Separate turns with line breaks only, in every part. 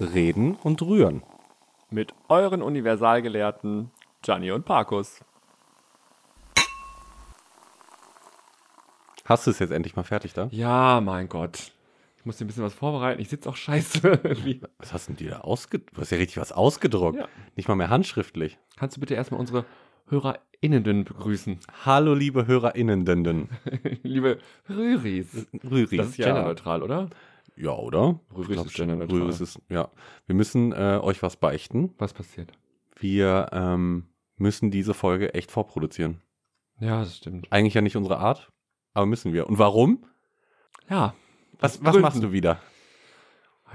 Reden und Rühren.
Mit euren Universalgelehrten Gianni und Parkus.
Hast du es jetzt endlich mal fertig da?
Ja, mein Gott. Ich muss dir ein bisschen was vorbereiten. Ich sitze auch scheiße. Wie-
Was hast denn die da ausgedruckt? Du hast ja richtig was ausgedruckt.
Ja.
Nicht mal mehr handschriftlich.
Kannst du bitte erstmal unsere HörerInnen begrüßen?
Hallo, liebe HörerInnen, denn, denn.
Liebe Rüris.
Rüris,
Das ist
ja.
genderneutral, oder?
Ja, oder?
Rüris
Ich glaub
ist
schon.
genderneutral.
Rüris ist, ja. Wir müssen äh, euch was beichten.
Was passiert?
Wir ähm, müssen diese Folge echt vorproduzieren.
Ja, das stimmt.
Eigentlich ja nicht unsere Art, aber müssen wir. Und warum?
Ja,
Was,
Aus
was
Gründen.
machst du wieder?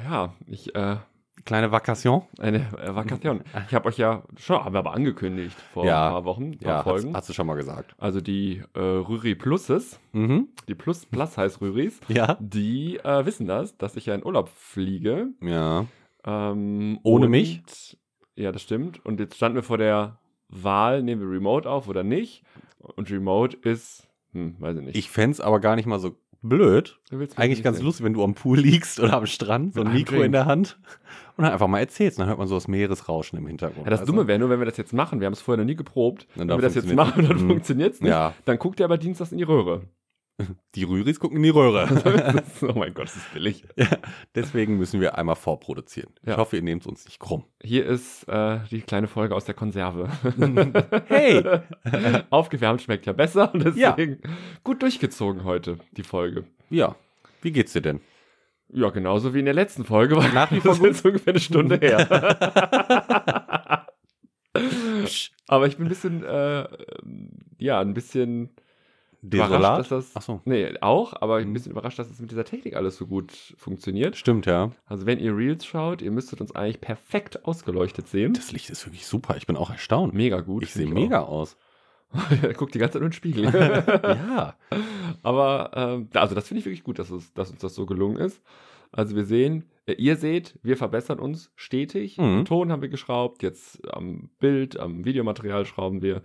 ja, ich, äh,
Kleine Vakation?
eine äh, Vakation. Ich habe euch ja, schon haben wir aber angekündigt vor
Ja.
ein paar Wochen, ein paar
Ja, hast,
Folgen.
hast du schon mal gesagt.
Also die äh, Rüri Pluses,
Mhm.
die Plus Plus heißt Rüris,
Ja.
die äh, wissen das, dass ich ja in Urlaub fliege.
Ja.
Ähm,
Ohne
und-
mich?
Ja, das stimmt. Und jetzt standen wir vor der Wahl, nehmen wir Remote auf oder nicht. Und Remote ist, hm, weiß ich nicht.
Ich fänd's aber gar nicht mal so blöd,
Du willst mich
Eigentlich
nicht
ganz
sehen.
lustig, wenn du am Pool liegst oder am Strand, so
Mit
ein
einem
Mikro
Drink.
in der Hand und dann einfach mal erzählst. Dann hört man so das Meeresrauschen im Hintergrund. Also
Ja, das Dumme wäre nur, wenn wir das jetzt machen, wir haben es vorher noch nie geprobt,
Dann
wenn wir das jetzt
funktioniert's
machen, dann
nicht. Mhm.
funktioniert es nicht.
Ja,
Dann guckt er aber dienstags in die Röhre.
die Rüris gucken in die Röhre.
oh mein Gott, das ist billig.
Deswegen müssen wir einmal vorproduzieren.
Ja.
Ich hoffe, ihr nehmt uns nicht krumm.
Hier ist äh, die kleine Folge aus der Konserve.
Hey!
Aufgewärmt schmeckt ja besser und
Ja.
deswegen gut durchgezogen heute, die Folge.
Ja, wie geht's dir denn?
Ja, genauso wie in der letzten Folge, weil
Nach wie vor
das ist jetzt ungefähr eine Stunde her.
Psch,
Aber ich bin ein bisschen, äh, ja, ein bisschen überrascht, dass
Desolat?
das.
Ach so.
Nee, auch, aber ein
Mhm.
bisschen überrascht, dass es mit dieser Technik alles so gut funktioniert.
Stimmt, ja.
Also wenn ihr Reels schaut, ihr müsstet uns eigentlich perfekt ausgeleuchtet sehen.
Das Licht ist wirklich super. Ich bin auch erstaunt.
mega gut.
ich sehe mega aus.
Er guckt die ganze Zeit in den Spiegel.
Ja.
Aber ähm, also das finde ich wirklich gut, dass, es, dass uns das so gelungen ist. Also wir sehen, äh, ihr seht, wir verbessern uns stetig.
Mhm.
Ton haben wir geschraubt, jetzt am Bild, am Videomaterial schrauben wir.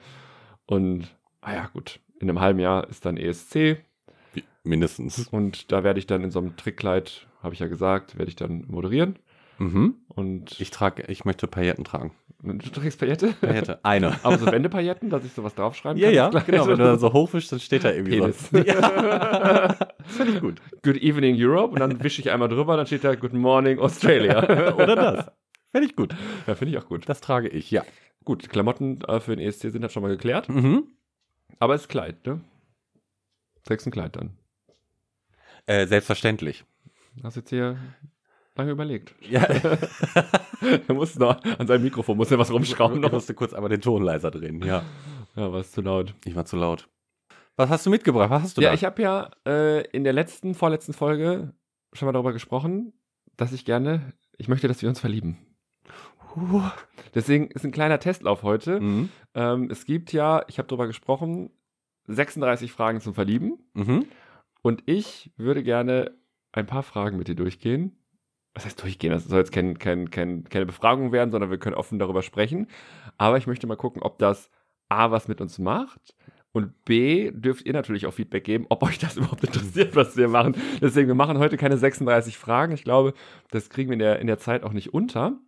Und ah ja, gut. In einem halben Jahr ist dann E ESC
Wie- Mindestens.
und da werde ich dann in so einem Trickkleid, habe ich ja gesagt, werde ich dann moderieren.
Mhm.
Und
Ich trage, ich möchte Pailletten tragen.
du trägst Paillette?
Paillette. Eine.
Aber so Wendepailletten, dass ich sowas draufschreiben
Ja,
kann?
ja, genau.
Ist gleich
Wenn du da so hochwischst, dann steht da irgendwie
Penis.
so. Das finde ich gut.
Good evening Europe und dann wische ich einmal drüber, dann steht da Good morning Australia.
Oder das. Finde ich gut.
ja, finde ich auch gut.
Das trage ich, ja.
Gut, Klamotten äh, für den ESC sind dann schon mal geklärt.
Mhm.
Aber es ist Kleid, ne? Trägst ein Kleid dann.
Äh, selbstverständlich.
Hast jetzt hier lange überlegt.
Ja,
er muss noch an seinem Mikrofon muss er was rumschrauben
ich
noch.
musste kurz einmal den Ton leiser drehen. Ja,
Ja, war es zu laut.
ich war zu laut. Was hast du mitgebracht? Was hast du
ja,
da?
ich habe ja äh, in der letzten, vorletzten Folge schon mal darüber gesprochen, dass ich gerne, ich möchte, dass wir uns verlieben.
Huh.
Deswegen ist ein kleiner Testlauf heute.
Mhm.
Ähm, es gibt ja, ich habe darüber gesprochen, 36 Fragen zum Verlieben.
Mhm.
Und ich würde gerne ein paar Fragen mit dir durchgehen. Was heißt durchgehen? Das soll jetzt kein, kein, kein, keine Befragung werden, sondern wir können offen darüber sprechen. Aber ich möchte mal gucken, ob das A, was mit uns macht. Und B, dürft ihr natürlich auch Feedback geben, ob euch das überhaupt interessiert, was wir machen. Deswegen, wir machen heute keine 36 Fragen. Ich glaube, das kriegen wir in der, in der Zeit auch nicht unter.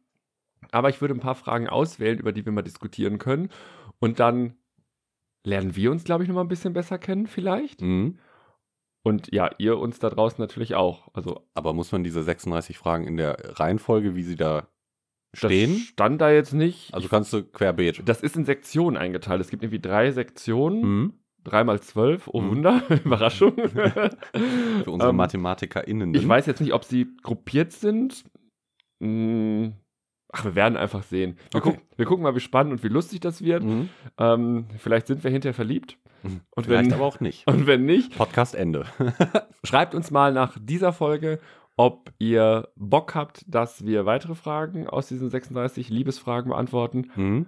Aber ich würde ein paar Fragen auswählen, über die wir mal diskutieren können. Und dann lernen wir uns, glaube ich, nochmal ein bisschen besser kennen, vielleicht.
Mhm.
Und ja, ihr uns da draußen natürlich auch. Also
Aber muss man diese 36 Fragen in der Reihenfolge, wie sie da
das
stehen?
stand da jetzt nicht.
Also kannst du querbeet.
das ist in Sektionen eingeteilt. Es gibt irgendwie drei Sektionen.
Mhm.
Drei mal zwölf. Oh
Mhm.
Wunder. Überraschung.
Für unsere
Ähm,
MathematikerInnen.
Ich weiß jetzt nicht, ob sie gruppiert sind. Hm. Ach, wir werden einfach sehen. Wir,
Okay.
gucken, wir gucken mal, wie spannend und wie lustig das wird.
Mhm.
Ähm, vielleicht sind wir hinterher verliebt. Und
Hm. Vielleicht
wenn,
aber auch nicht.
und wenn nicht,
Podcast Ende.
Schreibt uns mal nach dieser Folge, ob ihr Bock habt, dass wir weitere Fragen aus diesen 36 Liebesfragen beantworten.
Hm?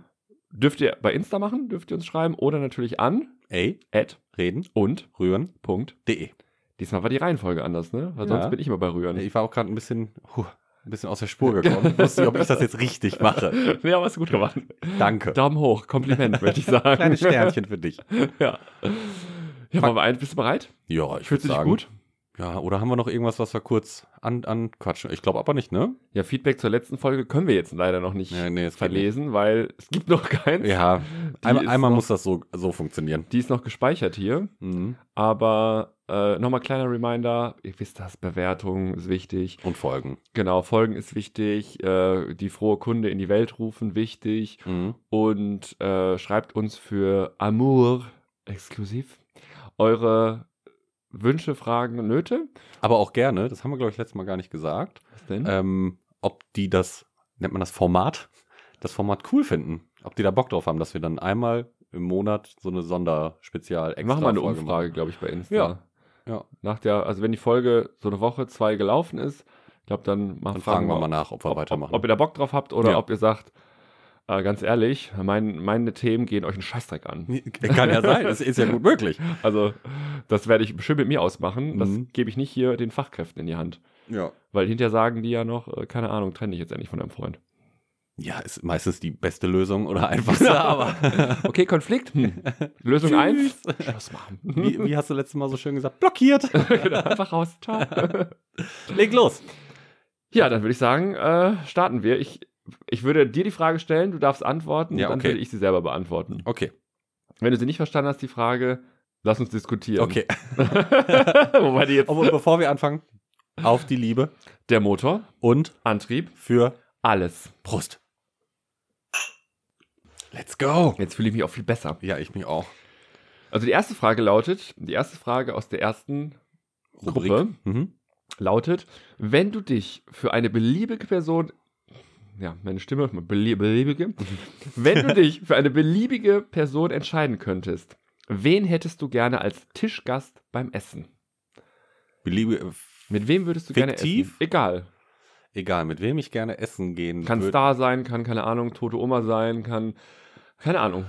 Dürft ihr bei Insta machen, dürft ihr uns schreiben oder natürlich an
Ey,
at
reden,
und
rühren.de.
Punkt. Diesmal war die Reihenfolge anders, ne? Weil
Ja.
sonst bin ich immer bei Rühren.
Ich war auch gerade ein bisschen, huh, ein bisschen aus der Spur gekommen. Ich wusste nicht, ob ich das jetzt richtig mache.
ja, aber ist gut gemacht.
Danke.
Daumen hoch, Kompliment, würde ich sagen.
Kleines Sternchen für dich.
ja. Ja, waren wir ein, bist du bereit?
Ja, ich
Fühlst
würde
du dich
sagen.
gut?
Ja, oder haben wir noch irgendwas, was wir kurz an, anquatschen? Ich glaube aber nicht, ne?
Ja, Feedback zur letzten Folge können wir jetzt leider noch nicht
Ja, nee, es geht
verlesen, weil es gibt noch keins.
Ja,
Die
einmal,
ist
einmal
noch-
muss das so, so funktionieren.
Die ist noch gespeichert hier.
Mhm.
Aber äh, nochmal kleiner Reminder, ihr wisst das, Bewertung ist wichtig.
Und Folgen.
Genau, Folgen ist wichtig, äh, die frohe Kunde in die Welt rufen wichtig
Mhm.
und äh, schreibt uns für Amour exklusiv eure Wünsche, Fragen und Nöte.
Aber auch gerne, das haben wir, glaube ich, letztes Mal gar nicht gesagt,
Was denn?
ähm, ob die das, nennt man das Format, das Format cool finden. Ob die da Bock drauf haben, dass wir dann einmal im Monat so eine Sonderspezial
Wir
Äh, extra
machen mal eine
Folge
Umfrage, glaube ich, bei Insta.
Ja. Ja.
Nach der, also wenn die Folge so eine Woche, zwei gelaufen ist, ich glaube, dann machen
Dann fragen wir
mal
mal nach, ob wir
ob, ob,
weitermachen.
ob ihr da Bock drauf habt oder
Ja.
ob ihr sagt, äh, ganz ehrlich, mein, meine Themen gehen euch einen Scheißdreck an.
Kann ja sein, es ist ja gut möglich.
Also, das werde ich schön mit mir ausmachen. Das
Mhm.
gebe ich nicht hier den Fachkräften in die Hand.
Ja.
Weil hinterher sagen die ja noch, äh, keine Ahnung, trenne dich jetzt endlich von deinem Freund.
Ja, ist meistens die beste Lösung oder einfachste, aber.
Okay, Konflikt. Hm. Lösung
Tschüss.
1. Schluss machen.
Wie, wie hast du letztes Mal so schön gesagt? Blockiert!
genau, einfach raus. Ciao.
Leg los!
Ja, dann würde ich sagen, äh, starten wir. Ich, ich würde dir die Frage stellen, du darfst antworten,
Ja,
dann
okay.
würde ich sie selber beantworten.
Okay,
Wenn du sie nicht verstanden hast, die Frage, lass uns diskutieren.
okay.
Wobei die jetzt
Aber bevor wir anfangen, auf die Liebe
der Motor,
und
Antrieb,
für
alles.
Prost. Let's go.
Jetzt fühle ich mich auch viel besser.
Ja, ich mich auch.
Also die erste Frage lautet, die erste Frage aus der ersten Gruppe
Mhm.
lautet, wenn du dich für eine beliebige Person, ja, meine Stimme, belie- beliebige, wenn du dich für eine beliebige Person entscheiden könntest, wen hättest du gerne als Tischgast beim Essen?
Beliebe,
Mit wem würdest du gerne
Fiktiv?
essen? Egal.
äh, egal, mit wem ich gerne essen gehen
Kann
würd-
Star sein, kann, keine Ahnung, tote Oma sein, kann, keine Ahnung,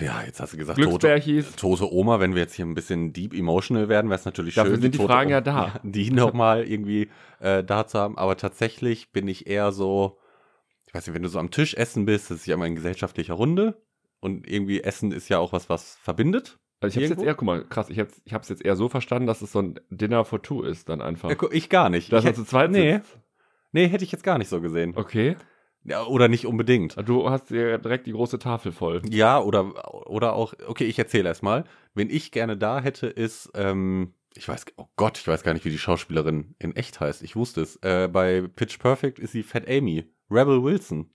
Ja, jetzt hast du gesagt, tote,
Glücksbärchis.
tote Oma, wenn wir jetzt hier ein bisschen deep emotional werden, wäre es natürlich
Dafür
schön.
sind die
tote
Fragen
Oma-
ja da.
Die nochmal irgendwie äh, da zu haben. Aber tatsächlich bin ich eher so, ich weiß nicht, wenn du so am Tisch essen bist, das ist ja immer in gesellschaftlicher Runde. Und irgendwie Essen ist ja auch was, was verbindet.
Also ich hab's jetzt
Irgendwo?
eher, guck mal, krass, ich hab's, ich hab's jetzt eher so verstanden, dass es so ein Dinner for Two ist, dann einfach.
Äh, gu- Ich gar nicht.
dass
ich
man
hätt-
zu zweit
nee.
sitzt.
nee, hätte ich jetzt gar nicht so gesehen.
Okay. Ah, Also-
Ja, oder nicht unbedingt.
Du hast dir direkt die große Tafel voll.
Ja, oder, oder auch, okay, ich erzähle erst mal. Wen ich gerne da hätte, ist, ähm, ich weiß, oh Gott, ich weiß gar nicht, wie die Schauspielerin in echt heißt. Ich wusste es. Äh, bei Pitch Perfect ist sie Fat Amy. Rebel Wilson.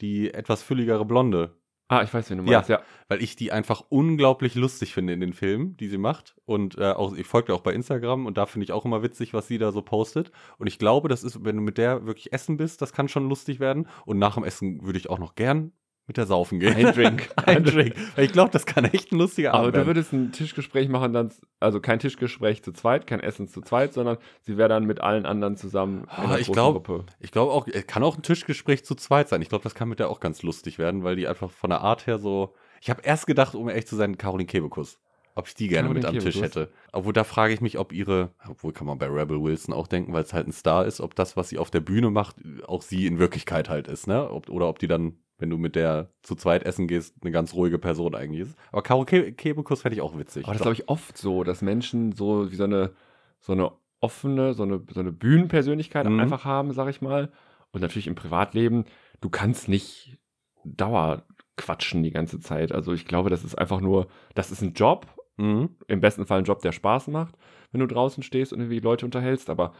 Die etwas fülligere Blonde.
Ah, ich weiß, wen du
Ja.
meinst. Ja.
Weil ich die einfach unglaublich lustig finde in den Filmen, die sie macht. Und äh, auch, ich folge ihr auch bei Instagram und da finde ich auch immer witzig, was sie da so postet. Und ich glaube, das ist, wenn du mit der wirklich essen bist, das kann schon lustig werden. Und nach dem Essen würde ich auch noch gern mit der saufen gehen.
Ein Drink. Also,
Ein Drink. Weil ich glaube, das kann echt ein lustiger
Aber
Abend
du
werden.
würdest ein Tischgespräch machen, dann, also kein Tischgespräch zu zweit, kein Essen zu zweit, sondern sie wäre dann mit allen anderen zusammen
Ah,
einer
ich
großen
glaub-
Gruppe.
Ich glaube auch, es kann auch ein Tischgespräch zu zweit sein. Ich glaube, das kann mit der auch ganz lustig werden, weil die einfach von der Art her so. Ich habe erst gedacht, um ehrlich zu sein, Caroline Kebekus. Ob ich die gerne mit am
Caroline
Tisch hätte. Obwohl, da frage ich mich, ob ihre, obwohl kann man bei Rebel Wilson auch denken, weil es halt ein Star ist, ob das, was sie auf der Bühne macht, auch sie in Wirklichkeit halt ist, ne? Ob, oder ob die dann, wenn du mit der zu zweit essen gehst, eine ganz ruhige Person eigentlich ist. Aber Caro Ke Kebekus fände ich auch witzig.
Aber Oh, das glaube ich oft so, dass Menschen so wie so eine, so eine offene, so eine, so eine Bühnenpersönlichkeit
Mhm.
einfach haben, sag ich mal. Und natürlich im Privatleben, du kannst nicht Dauer quatschen die ganze Zeit. Also ich glaube, das ist einfach nur, das ist ein Job,
Mhm.
im besten Fall ein Job, der Spaß macht, wenn du draußen stehst und irgendwie Leute unterhältst, aber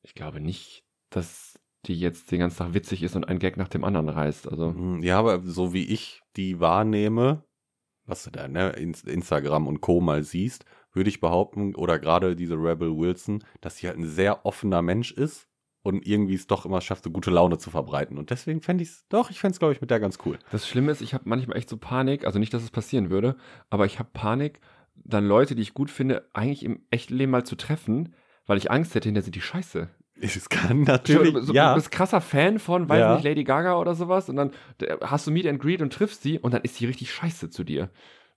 ich glaube nicht, dass die jetzt den ganzen Tag witzig ist und ein Gag nach dem anderen reißt. Also
Mhm, Ja, aber so wie ich die wahrnehme, was du da, ne, Ins- Instagram und Co. mal siehst, würde ich behaupten, oder gerade diese Rebel Wilson, dass sie halt ein sehr offener Mensch ist und irgendwie es doch immer schaffst, so gute Laune zu verbreiten. Und deswegen fände ich es, doch, ich fände es, glaube ich, mit der ganz cool.
Das Schlimme ist, ich habe manchmal echt so Panik, also nicht, dass es passieren würde, aber ich habe Panik, dann Leute, die ich gut finde, eigentlich im echten Leben mal zu treffen, weil ich Angst hätte, hinterher sind die scheiße.
Es kann
Natürlich,
natürlich,
so, Du
ja.
bist krasser Fan von, weiß
Ja.
nicht, Lady Gaga oder sowas und dann äh, hast du Meet and Greet und triffst sie und dann ist sie richtig scheiße zu dir.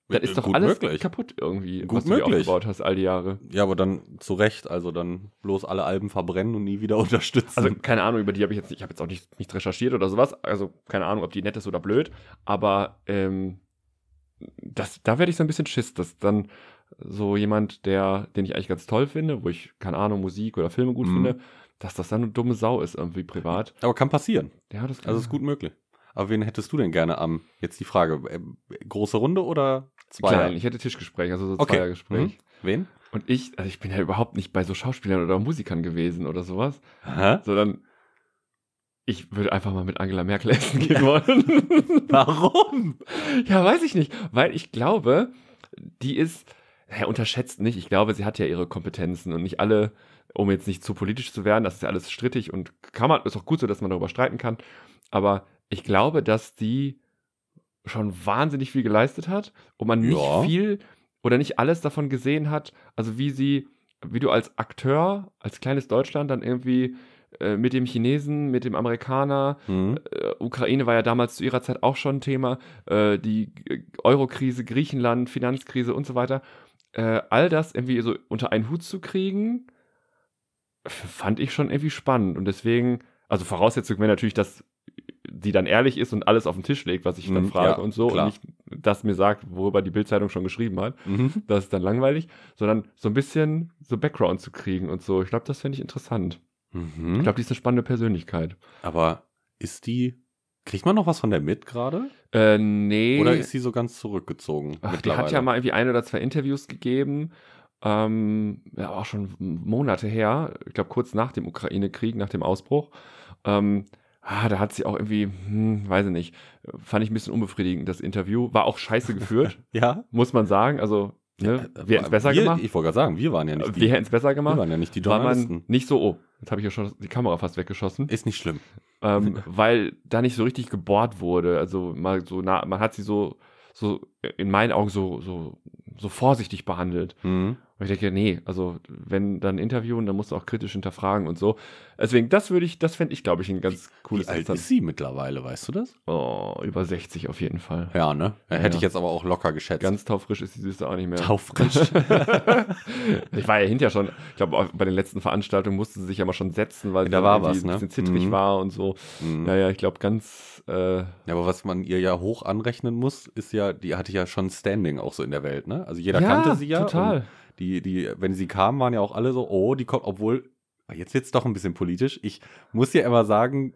Dann ist doch
Gut
alles
möglich.
kaputt irgendwie,
Gut
was du dir
möglich.
aufgebaut hast all die Jahre.
Ja, aber dann zu Recht, also dann bloß alle Alben verbrennen und nie wieder unterstützen.
Also keine Ahnung, über die habe ich jetzt, ich habe jetzt auch nicht, nichts recherchiert oder sowas. Also keine Ahnung, ob die nett ist oder blöd. Aber ähm, das, da werde ich so ein bisschen Schiss, dass dann so jemand, der, den ich eigentlich ganz toll finde, wo ich keine Ahnung Musik oder Filme gut
Mhm.
finde, dass das dann eine dumme Sau ist irgendwie privat.
aber kann passieren.
Ja, das
Also ist gut möglich. Aber wen hättest du denn gerne am? Jetzt die Frage, ähm, große Runde oder zwei?
Klein, ich hätte Tischgespräch, also so
Okay.
Zweiergespräch.
Mhm. Wen?
Und ich, also ich bin ja überhaupt nicht bei so Schauspielern oder Musikern gewesen oder sowas,
Hä?
sondern ich würde einfach mal mit Angela Merkel essen gehen wollen.
Warum?
Ja, weiß ich nicht, weil ich glaube, die ist, naja, unterschätzt nicht. Ich glaube, sie hat ja ihre Kompetenzen und nicht alle, um jetzt nicht zu politisch zu werden, das ist ja alles strittig und kann man, ist auch gut so, dass man darüber streiten kann. Aber ich glaube, dass die schon wahnsinnig viel geleistet hat und man nicht
Ja.
viel oder nicht alles davon gesehen hat, also wie sie, wie du als Akteur, als kleines Deutschland dann irgendwie äh, mit dem Chinesen, mit dem Amerikaner,
Hm.
äh, Ukraine war ja damals zu ihrer Zeit auch schon ein Thema, äh, die äh, Euro-Krise, Griechenland, Finanzkrise und so weiter. Äh, all das irgendwie so unter einen Hut zu kriegen, f- fand ich schon irgendwie spannend. Und deswegen, also Voraussetzung wäre natürlich, dass die dann ehrlich ist und alles auf den Tisch legt, was ich dann
Mhm,
frage
ja,
und so.
klar.
Und nicht das mir sagt, worüber die Bildzeitung schon geschrieben hat.
Mhm.
Das ist dann langweilig, sondern so ein bisschen so Background zu kriegen und so. Ich glaube, das fände ich interessant. Ich
Mhm.
glaube, die ist eine spannende Persönlichkeit.
Aber ist die. Kriegt man noch was von der mit gerade?
Äh, nee.
Oder ist sie so ganz zurückgezogen?
Ach, die
mittlerweile?
hat ja mal irgendwie ein oder zwei Interviews gegeben. Ähm, ja, auch schon Monate her, ich glaube kurz nach dem Ukraine-Krieg, nach dem Ausbruch. Ähm, ah, da hat sie auch irgendwie, hm, weiß ich nicht, fand ich ein bisschen unbefriedigend, das Interview. War auch scheiße geführt,
Ja.
muss man sagen. Also, ne, wir hätten es besser
wir,
gemacht. Äh,
Ich wollte gerade sagen, wir waren ja nicht die,
wir hätten es besser
wir
gemacht.
waren ja nicht die
War man
Journalisten.
nicht so, oh, jetzt habe ich ja schon die Kamera fast weggeschossen
Ist nicht schlimm.
ähm, weil da nicht so richtig gebohrt wurde. Also mal so nah, man hat sie so, so in meinen Augen so, so, so vorsichtig behandelt.
Mhm.
Und ich denke, nee, also wenn dann interviewen, dann musst du auch kritisch hinterfragen und so. Deswegen, das würde ich, das fände ich, glaube ich, ein ganz cooles
Wie alt
Ansatz.
ist sie mittlerweile, weißt du das?
Oh, über 60 auf jeden Fall.
Ja, ne?
Ja,
Hätte
ja.
ich jetzt aber auch locker geschätzt.
Ganz taufrisch ist die Süße auch nicht mehr.
taufrisch.
ich war ja hinterher schon, ich glaube, auch bei den letzten Veranstaltungen musste sie sich ja mal schon setzen, weil
Da
sie
war
irgendwie
was, ne?
ein bisschen zittrig
Mhm.
war und so.
mhm.
Ja, ja, ich glaube, ganz äh,
Ja, aber was man ihr ja hoch anrechnen muss, ist ja, die hatte ja schon Standing auch so in der Welt, ne? Also jeder kannte sie ja.
Total.
und Die, die, wenn sie kam, waren ja auch alle so, oh, die kommt, obwohl, ah, jetzt wird's doch ein bisschen politisch. Ich muss ja immer sagen,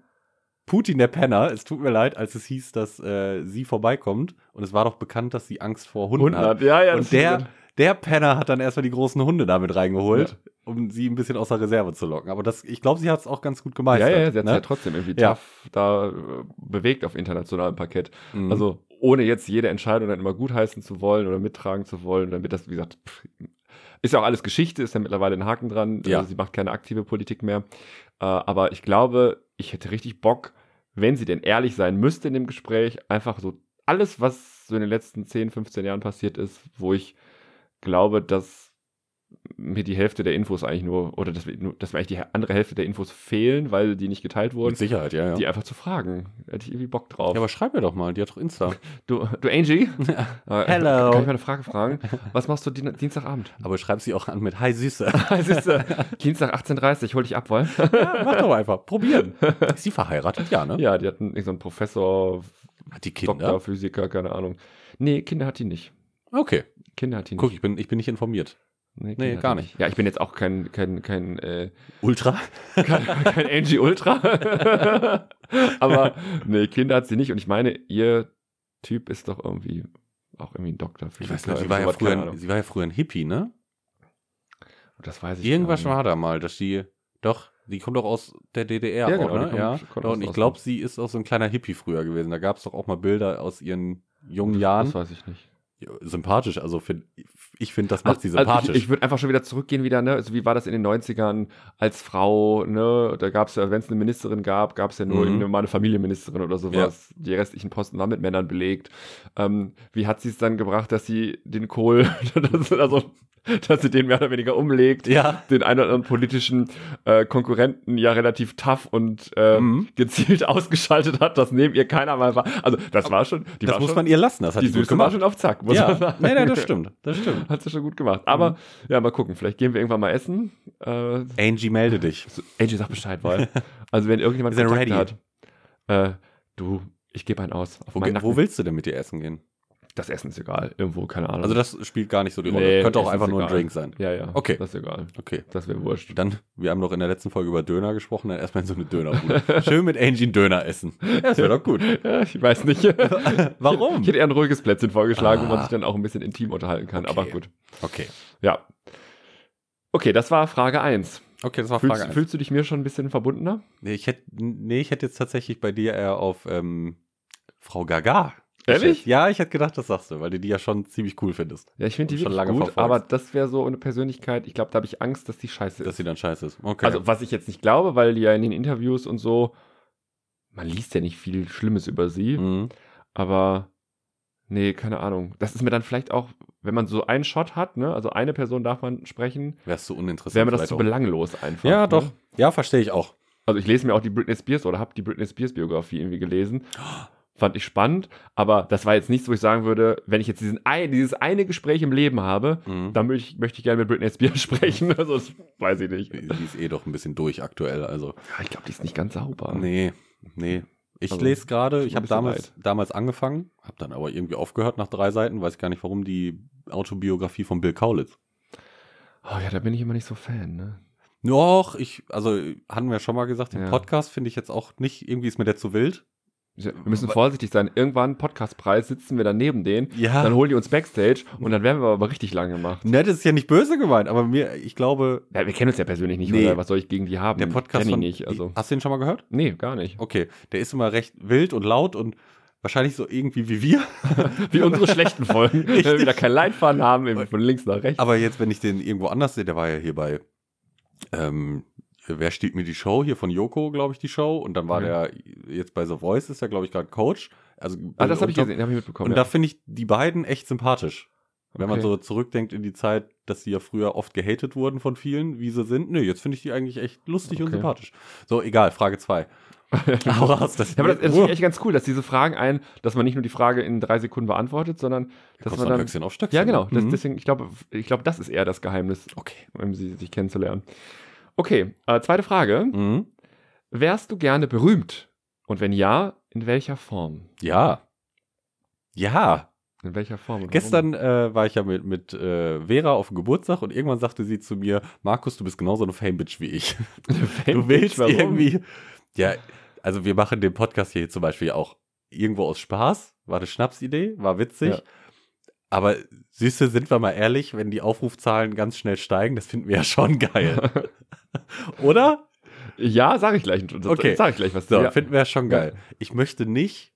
Putin der Penner, es tut mir leid, als es hieß, dass äh, sie vorbeikommt und es war doch bekannt, dass sie Angst vor Hunden hat.
ja, ja.
Und der, der Penner hat dann erstmal die großen Hunde damit reingeholt, um sie ein bisschen aus der Reserve zu locken. Aber das, ich glaube, sie hat es auch ganz gut
ja,
gemeistert.
ja, ja, sie hat
ne?
ja trotzdem irgendwie
Ja.
tough da äh, bewegt auf internationalem Parkett.
Mhm.
Also ohne jetzt jede Entscheidung dann immer gutheißen zu wollen oder mittragen zu wollen, damit das, wie gesagt, pff, ist ja auch alles Geschichte, ist ja mittlerweile ein Haken dran.
Ja.
Also sie macht keine aktive Politik mehr. Äh, aber ich glaube, ich hätte richtig Bock, wenn sie denn ehrlich sein müsste in dem Gespräch, einfach so alles, was so in den letzten 10, 15 Jahren passiert ist, wo ich glaube, dass mir die Hälfte der Infos eigentlich nur, oder dass mir, nur- dass mir eigentlich die andere Hälfte der Infos fehlen, weil die nicht geteilt wurden,
mit Sicherheit, ja, ja.
die einfach zu fragen. Hätte ich irgendwie Bock drauf.
ja, aber schreib mir doch mal, die hat doch Insta.
Du, du Angie? Äh,
Hello.
Kann ich mal eine Frage fragen? Was machst du Dien- Dienstagabend?
Aber schreib sie auch an mit Hi Süße.
Siehst du, Dienstag 18.30 Uhr, hol dich ab, weil.
Ja, mach doch einfach. Probieren. Ist sie verheiratet? Ja, ne?
Ja, die hatten irgendeinen Professor,
Hat die Kinder?
Doktor, Physiker, keine Ahnung. Nee, Kinder hat die nicht.
Okay.
Kinder hat die nicht.
Guck, ich bin, ich bin nicht informiert.
Kinder
nee,
hat die
gar
Ja, ich bin jetzt auch kein, kein, kein, äh,
Ultra?
kein, kein Angie Ultra. Aber nee, Kinder hat sie nicht. Und ich meine, ihr Typ ist doch irgendwie auch irgendwie ein Doktor.
Ich
Physiker,
weiß nicht, sie
irgendwie
war, ja
sowas,
früher
keine
ein,
Ahnung.
sie war ja früher ein Hippie, ne?
Das weiß ich
Irgendwas
gar nicht.
war da mal, dass die, doch, die kommt doch aus der DDR,
Ja,
auch,
genau, die
ne?
kommt-
ja.
kommt
Doch,
aus
und ich
Russland.
glaube, sie ist auch so ein kleiner Hippie früher gewesen. Da gab es doch auch mal Bilder aus ihren jungen Jahren.
Das weiß ich nicht.
sympathisch. Also find, ich finde, das macht sie
Also
sympathisch.
ich ich würde einfach schon wieder zurückgehen, wieder, ne? Also, wie war das in den 90ern als Frau, ne? Da gab es ja, wenn es eine Ministerin gab, gab es ja nur
Mhm.
irgendwie mal eine Familienministerin oder sowas. Die restlichen Posten waren mit Männern belegt. Ähm, wie hat sie es dann gebracht, dass sie den Kohl, dass, also, dass sie den mehr oder weniger umlegt?
ja.
den einen oder anderen politischen äh, Konkurrenten ja relativ tough und äh,
Mhm.
gezielt ausgeschaltet hat, dass neben ihr keiner mal war. Also das war schon, die
Das
war
muss
schon,
man ihr lassen. Das hat
die
sie gut
Süße war
gemacht.
schon auf Zack, muss man
Ja,
sagen.
nee, nee, das stimmt. Das stimmt.
Hat sie schon gut gemacht.
Mhm.
Aber ja, mal gucken, vielleicht gehen wir irgendwann mal essen. Äh,
Angie, melde dich.
so, Angie, sag Bescheid, weil. Also wenn irgendjemand
Ist er
Kontakte
ready?
hat, äh, du, ich gebe einen aus. Auf
Wo,
meinen
ge- wo
Nacken.
willst du denn mit dir essen gehen?
Das Essen ist egal, irgendwo, keine Ahnung.
Also das spielt gar nicht so die Rolle.
Nee,
Könnte auch
Essen
einfach
ist
nur ein
egal.
Drink sein.
ja, ja,
Okay.
das ist egal.
Okay.
Das wäre wurscht.
Dann, wir haben noch in der letzten Folge über Döner gesprochen, dann erstmal in so eine Dönerbude. Schön mit Angie einen Döner essen. Ja, das wäre doch gut.
Ja, ich weiß nicht.
Warum?
Ich hätte eher ein ruhiges Plätzchen vorgeschlagen, wo man
Ah.
sich dann auch ein bisschen intim unterhalten kann.
Okay.
Aber gut,
Okay.
ja. Okay, das war Frage 1.
Okay, das war
Fühlst,
Frage eins.
fühlst du dich mir schon ein bisschen verbundener?
Nee, ich hätte, nee, ich hätte jetzt tatsächlich bei dir eher auf ähm, Frau Gaga.
Ehrlich?
geschätzt. Ja, ich hätte gedacht, das sagst du, weil du die ja schon ziemlich cool findest,
Ja, ich finde die
Schon
wirklich
lange
gut,
verfolgst.
aber das wäre so eine Persönlichkeit, ich glaube, da habe ich Angst, dass die scheiße
dass
ist.
sie dann scheiße ist. Okay.
Also, was ich jetzt nicht glaube, weil die ja in den Interviews und so, man liest ja nicht viel Schlimmes über sie,
mhm.
aber nee, keine Ahnung. Das ist mir dann vielleicht auch, wenn man so einen Shot hat, ne, also eine Person darf man sprechen,
wärst du uninteressant.
wäre mir das
vielleicht
zu
auch.
belanglos einfach.
Ja,
ne?
doch. Ja, verstehe ich auch.
Also ich lese mir auch die Britney Spears oder habe die Britney Spears Biografie irgendwie gelesen. Fand ich spannend, aber das war jetzt nichts, wo ich sagen würde, wenn ich jetzt diesen ein, dieses eine Gespräch im Leben habe,
Mhm.
dann möchte ich, möchte ich gerne mit Britney Spears sprechen. Also das weiß ich nicht.
Die ist eh doch ein bisschen durch aktuell, also.
Ja, ich glaube, die ist nicht ganz sauber.
Nee, nee. Ich
Also,
lese gerade,
tut
ich
mir ein
habe
bisschen
damals, damals angefangen, habe dann aber irgendwie aufgehört nach drei Seiten, weiß gar nicht warum, die Autobiografie von Bill Kaulitz.
Oh ja, da bin ich immer nicht so Fan, ne?
Noch, ich, also hatten wir schon mal gesagt, den
Ja.
Podcast finde ich jetzt auch nicht, irgendwie ist mir der zu wild.
Wir müssen vorsichtig sein. Irgendwann, Podcastpreis, sitzen wir dann neben denen,
Ja.
dann holen die uns Backstage und dann werden wir aber richtig lang gemacht.
Ne, das ist ja nicht böse gemeint, aber mir, ich glaube,
Ja, wir kennen uns ja persönlich nicht,
Nee.
oder? Was soll ich gegen die haben?
der Podcast
Kenn ich
von,
nicht, also.
hast du den schon mal gehört?
Nee, gar nicht.
Okay, der ist immer recht wild und laut und wahrscheinlich so irgendwie wie wir.
Wie unsere schlechten Folgen. Wenn wir
Richtig.
wieder kein Leitfaden haben, eben von links nach rechts.
Aber jetzt, wenn ich den irgendwo anders sehe, der war ja hier bei, ähm, wer stiehlt mir die Show? Hier von Joko, glaube ich, die Show. Und dann war
Mhm.
der jetzt bei The Voice, ist er, glaube ich, gerade Coach. Also,
ah, das habe ich
unter-
gesehen, habe ich mitbekommen.
Und da finde ich die beiden echt sympathisch. Wenn man
Okay.
so zurückdenkt in die Zeit, dass sie ja früher oft gehatet wurden von vielen, wie sie sind. Nö, jetzt finde ich die eigentlich echt lustig und
Okay.
sympathisch. So, egal, Frage 2.
ja.
Hau raus, das- Uh,
ja, aber das,
Ruhe.
das finde ich echt ganz cool, dass diese Fragen ein, dass man nicht nur die Frage in drei Sekunden beantwortet, sondern dass man dann.
Höchstchen auf Stöckchen.
Ja, genau. Das,
Mhm.
deswegen, ich glaube, ich glaube, das ist eher das Geheimnis,
okay.
um sie sich kennenzulernen. Okay, äh, zweite Frage.
Mhm.
Wärst du gerne berühmt? Und wenn ja, in welcher Form?
Ja. Ja.
In welcher Form? und
Gestern äh, war ich ja mit, mit äh, Vera auf dem Geburtstag und irgendwann sagte sie zu mir, Markus, du bist genauso eine Fame-Bitch wie ich.
warum?
Du willst
Warum?
irgendwie... Ja, also wir machen den Podcast hier zum Beispiel auch irgendwo aus Spaß. War eine Schnapsidee, war witzig.
Ja.
Aber Süße, sind wir mal ehrlich, wenn die Aufrufzahlen ganz schnell steigen, das finden wir ja schon geil. Oder?
Ja, sage ich gleich.
Okay.
Sag ich gleich was.
So,
ja.
finden wir ja schon geil. Ich möchte nicht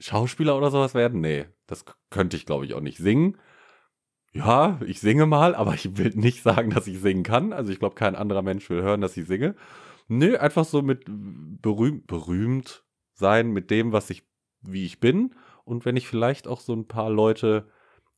Schauspieler oder sowas werden. Nee, das k- könnte ich, glaube ich, auch nicht singen. Ja, ich singe mal, aber ich will nicht sagen, dass ich singen kann. Also ich glaube, kein anderer Mensch will hören, dass ich singe. Nö, einfach so mit berühmt, berühmt sein mit dem, was ich, wie ich bin. Und wenn ich vielleicht auch so ein paar Leute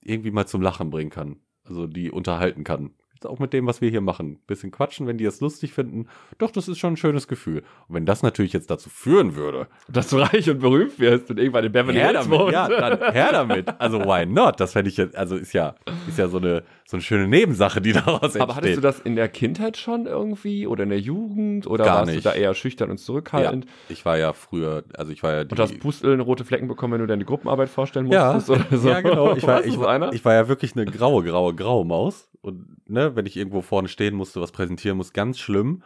irgendwie mal zum Lachen bringen kann. Also die unterhalten kann. Jetzt auch mit dem, was wir hier machen. Bisschen quatschen, wenn die das lustig finden. Doch, das ist schon ein schönes Gefühl. Und wenn das natürlich jetzt dazu führen würde,
Dass du reich und berühmt wirst und irgendwann in Beverly
her
Hills
damit,
wohnst.
ja, dann her damit. Also why not? Das fände ich jetzt, also ist ja, ist ja so eine, so eine schöne Nebensache, die daraus entsteht.
Aber hattest du das in der Kindheit schon irgendwie oder in der Jugend oder
Gar
warst
nicht.
du da eher schüchtern und
ja,
zurückhaltend
ich war ja früher, also ich war ja die,
und hast Pusteln, rote Flecken bekommen, wenn du deine Gruppenarbeit vorstellen
ja,
musstest oder so?
ja, genau. Ich war,
Warst du
ich,
so einer?
war, ich war ja wirklich eine graue, graue, graue Maus. Und ne, wenn ich irgendwo vorne stehen musste, was präsentieren muss, ganz schlimm.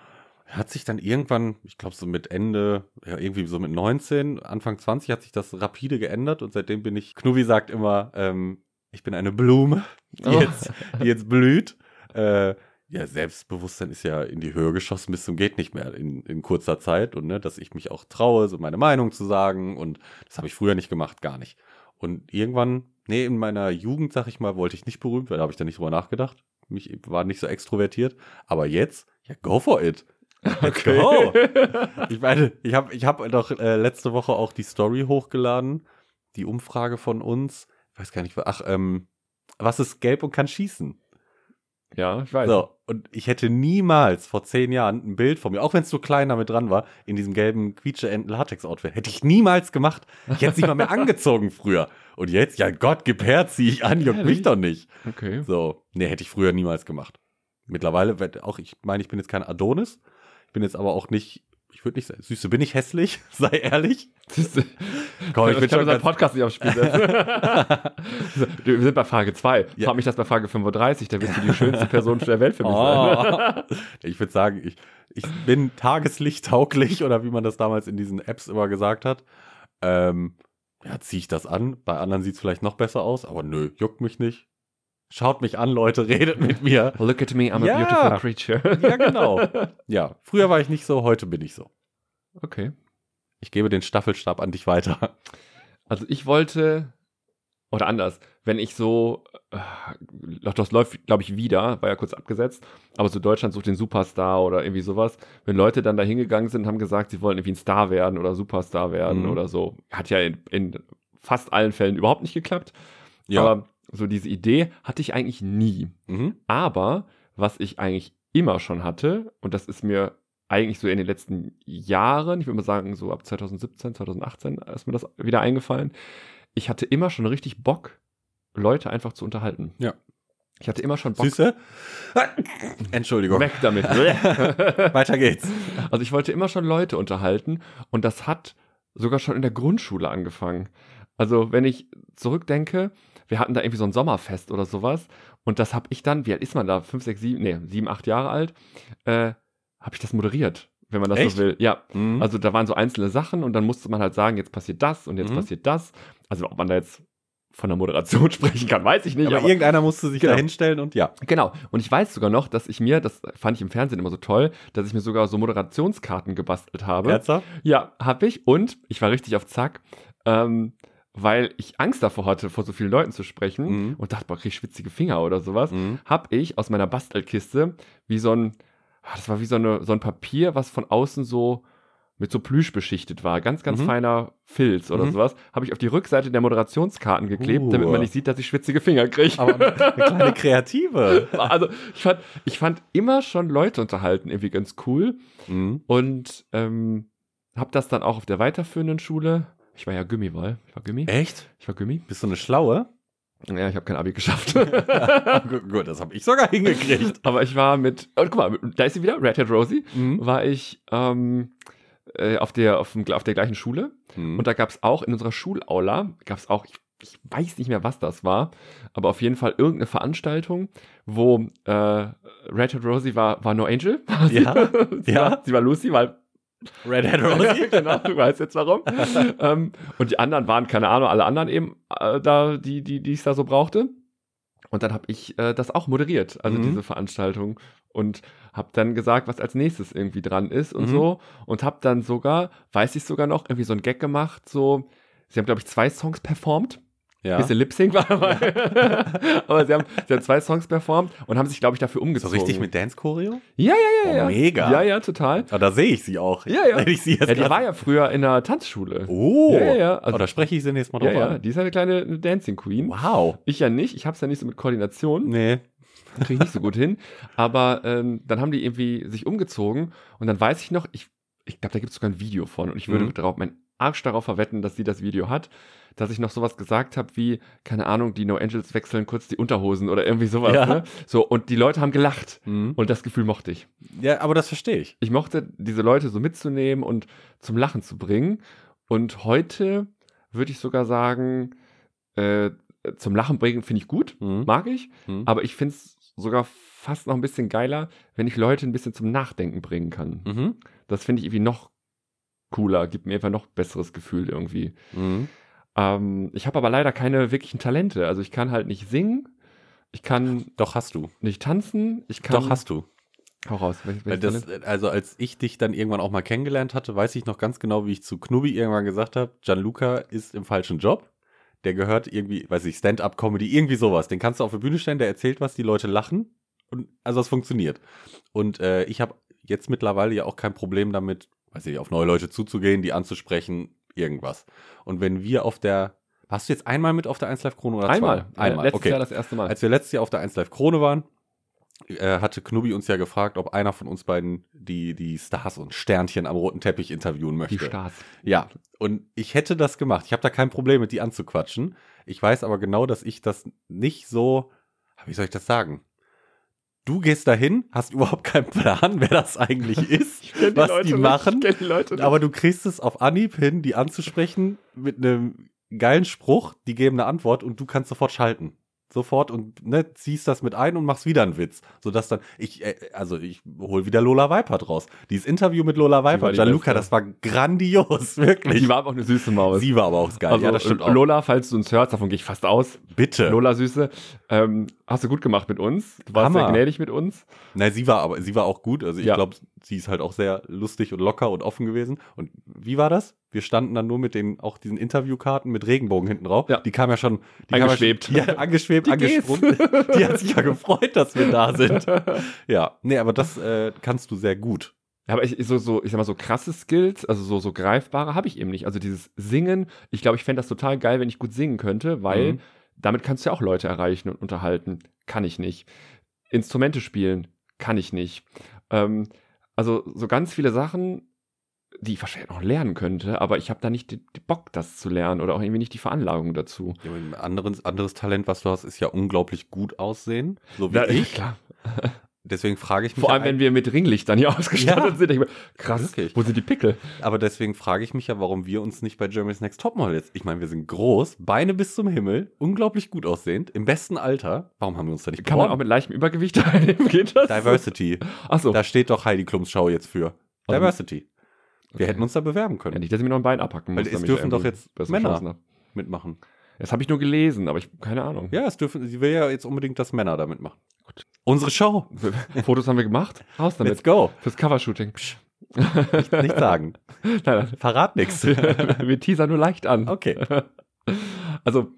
Hat sich dann irgendwann, ich glaube so mit Ende, ja, irgendwie so mit 19, Anfang 20 hat sich das rapide geändert und seitdem bin ich, Knubi sagt immer, ähm, ich bin eine Blume, die,
Oh.
jetzt, die jetzt blüht. Äh, ja, Selbstbewusstsein ist ja in die Höhe geschossen bis zum geht nicht mehr in, in kurzer Zeit und ne, dass ich mich auch traue, so meine Meinung zu sagen und das habe ich früher nicht gemacht, gar nicht. Und irgendwann Nee, in meiner Jugend, sag ich mal, wollte ich nicht berühmt werden, habe ich da nicht drüber nachgedacht. Mich war nicht so extrovertiert. Aber jetzt, ja, go for it. Okay. Go. Ich meine, ich habe ich hab doch äh, letzte Woche auch die Story hochgeladen, die Umfrage von uns. Ich weiß gar nicht, ach, ähm, was ist gelb und kann schießen?
ja, ich weiß.
So, und ich hätte niemals vor zehn Jahren ein Bild von mir, auch wenn es so klein damit dran war, in diesem gelben Quietscheenten-Latex-Outfit, hätte ich niemals gemacht. Ich hätte es nicht mal mehr angezogen früher. Und jetzt, ja Gott, gib her, zieh ich an, juckt mich
Ehrlich?
doch nicht.
Okay.
So, nee, hätte ich früher niemals gemacht. Mittlerweile, werd auch ich meine, ich bin jetzt kein Adonis, ich bin jetzt aber auch nicht, ich würde nicht sagen, Süße, bin ich hässlich, sei ehrlich. Komm, ich bin schon
unseren
ganz,
Podcast nicht aufs Spiel setzen. So, du, Wir sind bei Frage 2.
Ja.
Frag mich das bei Frage 35, da wirst du die schönste Person der Welt für mich sein.
Oh. Ich würde sagen, ich, ich bin tageslichttauglich oder wie man das damals in diesen Apps immer gesagt hat. Ähm, ja, ziehe ich das an. Bei anderen sieht es vielleicht noch besser aus, aber nö, juckt mich nicht. Schaut mich an, Leute, redet mit mir.
Look at me, I'm
Ja.
a beautiful creature.
Ja, genau. Ja, früher war ich nicht so, heute bin ich so.
Okay.
Ich gebe den Staffelstab an dich weiter.
Also ich wollte, oder anders, wenn ich so, äh, das läuft, glaube ich, wieder, war ja kurz abgesetzt, aber so Deutschland sucht den Superstar oder irgendwie sowas, wenn Leute dann da hingegangen sind und haben gesagt, sie wollen irgendwie ein Star werden oder Superstar werden
Mhm.
oder so, hat ja in, in fast allen Fällen überhaupt nicht geklappt.
Aber,
Aber so diese Idee hatte ich eigentlich nie.
mhm.
Aber was ich eigentlich immer schon hatte, und das ist mir eigentlich so in den letzten Jahren, ich würde mal sagen, so ab 2017, 2018 ist mir das wieder eingefallen, ich hatte immer schon richtig Bock, Leute einfach zu unterhalten.
Ja.
Ich hatte immer schon Bock.
Süße? Entschuldigung.
Weg damit.
Weiter geht's.
also ich wollte immer schon Leute unterhalten und das hat sogar schon in der Grundschule angefangen. Also wenn ich zurückdenke, wir hatten da irgendwie so ein Sommerfest oder sowas und das habe ich dann, wie alt ist man da? Fünf, sechs, sieben, nee, sieben, acht Jahre alt, äh, habe ich das moderiert, wenn man das
Echt?
so will. Ja,
Mhm.
also da waren so einzelne Sachen und dann musste man halt sagen, jetzt passiert das und jetzt
Mhm.
passiert das. Also ob man da jetzt von der Moderation sprechen kann, weiß ich nicht.
aber, irgendeiner musste sich
Genau.
da hinstellen und ja.
Genau. Und ich weiß sogar noch, dass ich mir, das fand ich im Fernsehen immer so toll, dass ich mir sogar so Moderationskarten gebastelt habe.
Ernsthaft?
Ja, hab ich. Und ich war richtig auf Zack, ähm, weil ich Angst davor hatte, vor so vielen Leuten zu sprechen
Mhm.
und dachte, boah, krieg ich schwitzige Finger oder sowas.
Mhm.
Hab ich aus meiner Bastelkiste wie so ein, ah, das war wie so, eine, so ein Papier, was von außen so mit so Plüsch beschichtet war. Ganz, ganz
Mhm.
feiner Filz oder
Mhm.
sowas. Habe ich auf die Rückseite der Moderationskarten geklebt,
Uh.
damit man nicht sieht, dass ich schwitzige Finger kriege.
Aber eine kleine Kreative.
also ich fand, ich fand immer schon Leute unterhalten irgendwie ganz cool
Mhm.
und ähm, habe das dann auch auf der weiterführenden Schule. Ich war ja Gummi, weil ich war Gummi.
Echt?
Ich war Gummi.
Bist du eine Schlaue?
Ja, ich habe kein Abi geschafft.
Gut, gut, das habe ich sogar hingekriegt.
Aber ich war mit, und guck mal, da ist sie wieder, Red Hat Rosie,
Mhm.
war ich ähm, äh, auf, der, auf, dem, auf der gleichen Schule Und
Und
da gab es auch in unserer Schulaula, gab es auch, ich, ich weiß nicht mehr, was das war, aber auf jeden Fall irgendeine Veranstaltung, wo äh, Red Hat Rosie war, war No Angel.
Ja,
sie,
ja.
War, sie war Lucy, weil.
Red Hat
Ja,
Rosie?
genau, du weißt jetzt warum. ähm, und die anderen waren, keine Ahnung, alle anderen eben äh, da, die, die, die es da so brauchte. Und dann habe ich äh, das auch moderiert, also
Mhm.
diese Veranstaltung. Und habe dann gesagt, was als nächstes irgendwie dran ist und
Mhm.
so. Und habe dann sogar, weiß ich sogar noch, irgendwie so einen Gag gemacht, so, sie haben, glaube ich, zwei Songs performt.
Ja.
Bisschen Lip-Sync war dabei. aber sie haben, sie haben zwei Songs performt und haben sich, glaube ich, dafür
So
umgezogen.
richtig mit Dance Choreo?
Ja, ja, ja,
Oh,
ja.
mega.
Ja, ja, total.
Ah, da sehe ich sie auch.
Ja, ja.
Wenn ich sie jetzt
Ja, die
grad-
war ja früher in einer Tanzschule.
Oh.
Ja, ja, ja. Also-
oh, da spreche ich sie nächstes Mal
ja,
drauf
ja,
an.
die ist ja eine kleine eine Dancing Queen.
Wow.
Ich ja nicht, ich hab's ja nicht so mit Koordination.
Nee.
kriege ich nicht so gut hin. Aber ähm, dann haben die irgendwie sich umgezogen und dann weiß ich noch, ich, ich glaube, da gibt es sogar ein Video von und ich würde
Mhm.
darauf, meinen Arsch darauf verwetten, dass sie das Video hat, dass ich noch sowas gesagt habe wie, keine Ahnung, die No Angels wechseln kurz die Unterhosen oder irgendwie sowas.
Ja.
Ne? So, und die Leute haben gelacht.
Mhm.
Und das Gefühl mochte ich.
Ja, aber das verstehe ich.
Ich mochte, diese Leute so mitzunehmen und zum Lachen zu bringen. Und heute würde ich sogar sagen, äh, zum Lachen bringen finde ich gut,
Mhm.
mag ich.
Mhm.
Aber ich finde es sogar fast noch ein bisschen geiler, wenn ich Leute ein bisschen zum Nachdenken bringen kann.
Mhm.
Das finde ich irgendwie noch cooler, gibt mir einfach noch besseres Gefühl irgendwie.
Mhm.
Ähm, ich habe aber leider keine wirklichen Talente. Also ich kann halt nicht singen, ich kann
Doch hast du.
nicht tanzen, ich kann.
Doch hast du.
Hau raus. Welches,
Weil
welches
das,
Talent?
also als ich dich dann irgendwann auch mal kennengelernt hatte, weiß ich noch ganz genau, wie ich zu Knubi irgendwann gesagt habe, Gianluca ist im falschen Job. der gehört irgendwie, weiß ich, Stand-up-Comedy, irgendwie sowas. Den kannst du auf die Bühne stellen, der erzählt was, die Leute lachen. Und, also das funktioniert. Und äh, ich habe jetzt mittlerweile ja auch kein Problem damit, weiß ich, auf neue Leute zuzugehen, die anzusprechen, irgendwas. Und wenn wir auf der, warst du jetzt einmal mit auf der 1 Live Krone oder
Einmal.
Zweimal? Einmal,
Letztes
okay.
Jahr das erste Mal.
Als wir letztes Jahr auf der 1 Live Krone waren, äh, hatte Knubi uns ja gefragt, ob einer von uns beiden die, die Stars und Sternchen am roten Teppich interviewen möchte.
die Stars.
Ja, und ich hätte das gemacht. Ich habe da kein Problem mit, die anzuquatschen. Ich weiß aber genau, dass ich das nicht so. ah, Wie soll ich das sagen? Du gehst dahin, hast überhaupt keinen Plan, wer das eigentlich ist, was die machen.
Nicht, ich kenn die Leute nicht.
Aber du kriegst es auf Anhieb hin, die anzusprechen mit einem geilen Spruch, die geben eine Antwort und du kannst sofort schalten. Sofort und ne, ziehst das mit ein und machst wieder einen Witz. Sodass dann, ich, äh, also ich hol wieder Lola Weipert raus. Dieses Interview mit Lola Weipert,
die
Gianluca,
Beste.
das war grandios, wirklich.
die war aber auch eine süße Maus.
Sie war aber auch geil.
also,
ja, das stimmt auch.
Lola, falls du uns hörst, davon gehe ich fast aus.
Bitte.
Lola Süße, ähm, hast du gut gemacht mit uns. Du warst
Hammer.
sehr gnädig mit uns.
Nein, sie war aber sie war auch gut. Also ich
Ja.
glaube, sie ist halt auch sehr lustig und locker und offen gewesen. Und wie war das? Wir standen dann nur mit den auch diesen Interviewkarten mit Regenbogen hinten drauf.
Ja.
Die kam ja schon die kam
Angeschwebt.
Ja, schon, ja, angeschwebt,
Die
angesprungen. Die hat sich ja gefreut, dass wir da sind. Ja, nee, aber das äh, kannst du sehr gut.
Ja, aber ich, so, so, ich sag mal, so krasse Skills, also so, so greifbare habe ich eben nicht. Also dieses Singen, ich glaube, ich fände das total geil, wenn ich gut singen könnte, weil
Mhm.
damit kannst du ja auch Leute erreichen und unterhalten. Kann ich nicht. Instrumente spielen, kann ich nicht. Ähm, also so ganz viele Sachen, die ich wahrscheinlich auch lernen könnte, aber ich habe da nicht den den Bock, das zu lernen oder auch irgendwie nicht die Veranlagung dazu.
Ja, ein anderes, anderes Talent, was du hast, ist ja unglaublich gut aussehen. So wie
Ja,
ich.
Klar.
Deswegen frage ich mich
Vor
ja
allem, wenn wir mit Ringlichtern hier ausgestattet
Ja.
sind. Ich, mir, krass,
Wirklich.
wo sind die Pickel?
Aber deswegen frage ich mich ja, warum wir uns nicht bei Germany's Next Topmodel jetzt. Ich meine, wir sind groß, Beine bis zum Himmel, unglaublich gut aussehend, im besten Alter. Warum haben wir uns da nicht
Kann man auch mit leichtem Übergewicht teilnehmen? Geht das?
Diversity.
Achso.
Da steht doch Heidi Klums Schau jetzt für.
Also-
Diversity. Wir
Okay.
hätten uns da bewerben können.
Ja, nicht, dass ich mir noch ein Bein abhacken muss.
Weil Also es
damit
dürfen
ich irgendwie
doch jetzt
bessere
Männer.
Chancen hab.
mitmachen.
Das habe ich nur gelesen, aber ich keine Ahnung.
Ja, es dürfen, sie will ja jetzt unbedingt, dass Männer da mitmachen.
Gut.
Unsere Show.
Fotos haben wir gemacht. Raus damit.
Let's go.
Fürs Covershooting.
Nicht sagen.
Nein, nein.
Verrat nichts.
Wir teasern nur leicht an.
Okay.
Also,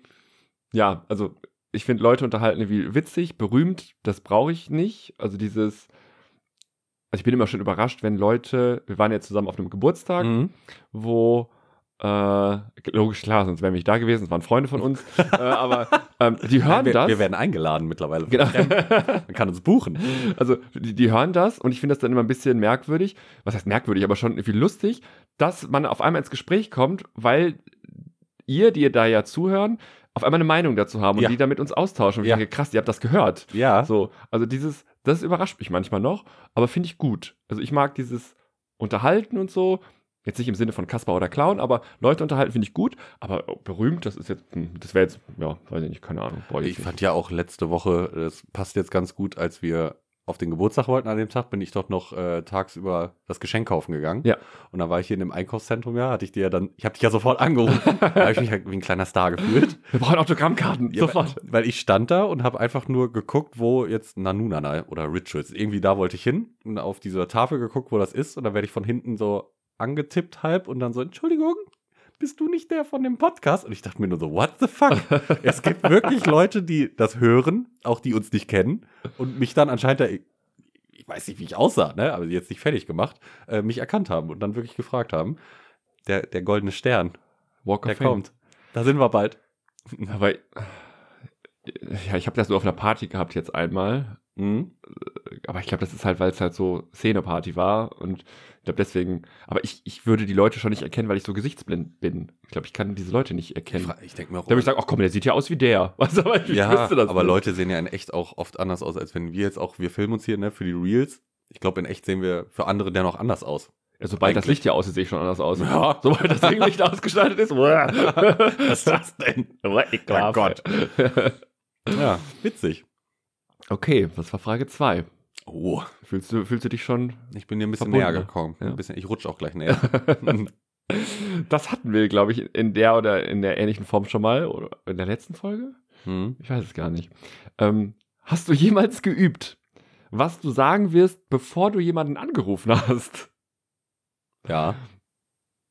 ja, also ich finde Leute unterhalten irgendwie witzig, berühmt, das brauche ich nicht. Also dieses, also ich bin immer schon überrascht, wenn Leute, wir waren jetzt zusammen auf einem Geburtstag,
Mhm.
wo äh, logisch klar, sonst wären wir nicht da gewesen, es waren Freunde von uns, äh, aber ähm, die hören
wir,
das.
wir werden eingeladen mittlerweile.
genau.
Man kann uns buchen.
Also, die, die hören das und ich finde das dann immer ein bisschen merkwürdig. Was heißt merkwürdig, aber schon irgendwie lustig, dass man auf einmal ins Gespräch kommt, weil ihr, die ihr da ja zuhören, auf einmal eine Meinung dazu haben und
Ja.
die da mit uns austauschen. Und
Ja.
ich denke, krass, ihr habt das gehört.
Ja.
So, also dieses, das überrascht mich manchmal noch, aber finde ich gut. Also ich mag dieses Unterhalten und so. Jetzt nicht im Sinne von Kasper oder Clown, aber Leute unterhalten finde ich gut. Aber berühmt, das ist jetzt, hm, das wäre jetzt, ja, weiß ich nicht, keine Ahnung. brauch
Ich
jetzt nicht.
fand ja auch letzte Woche, das passt jetzt ganz gut, als wir auf den Geburtstag wollten, an dem Tag bin ich doch noch äh, tagsüber das Geschenk kaufen gegangen.
Ja.
Und dann war ich hier in dem Einkaufszentrum, ja, hatte ich dir ja dann, ich habe dich ja sofort angerufen. da habe ich mich ja wie ein kleiner Star gefühlt.
Wir brauchen Autogrammkarten,
Ja,
sofort.
Weil, weil ich stand da und habe einfach nur geguckt, wo jetzt Nanunana oder Rituals, irgendwie da wollte ich hin und auf dieser Tafel geguckt, wo das ist und dann werde ich von hinten so angetippt halb und dann so, Entschuldigung, bist du nicht der von dem Podcast? Und ich dachte mir nur so, what the fuck? es gibt wirklich Leute, die das hören, auch die uns nicht kennen und mich dann anscheinend da, ich weiß nicht, wie ich aussah, ne, aber jetzt nicht fertig gemacht, äh, mich erkannt haben und dann wirklich gefragt haben, der, der goldene Stern,
Walk
der
of Fame.
kommt. Da sind wir bald.
Aber ja, ich habe das nur auf einer Party gehabt jetzt einmal.
Mhm.
Aber ich glaube, das ist halt, weil es halt so Szeneparty war. Und ich glaube deswegen, aber ich, ich würde die Leute schon nicht erkennen, weil ich so gesichtsblind bin. Ich glaube, ich kann diese Leute nicht
Ich,
erkennen.
fra- ich denke mir auch.
Da würde ich sagen, ach komm, der sieht ja aus wie der. Was, aber ich
ja,
wüsste das
aber
nicht.
Leute sehen ja in echt auch oft anders aus, als wenn wir jetzt auch, wir filmen uns hier ne, für die Reels. Ich glaube, in echt sehen wir für andere dennoch anders aus.
Ja, sobald das
eigentlich-
Licht ja aussieht, sehe ich schon anders aus.
Ja.
Sobald das Ringlicht ausgeschaltet ist.
Was ist das denn?
oh
Gott. Ja, witzig.
Okay, das war Frage 2.
Oh,
Fühlst du, fühlst du dich schon
ich bin dir ein bisschen näher
Verbunden,
gekommen.
ja.
Ein bisschen, ich rutsche auch gleich näher.
Das hatten wir, glaube ich, in der oder in der ähnlichen Form schon mal. Oder in der letzten Folge?
hm.
Ich weiß es gar nicht. Ähm, hast du jemals geübt, was du sagen wirst, bevor du jemanden angerufen hast?
Ja.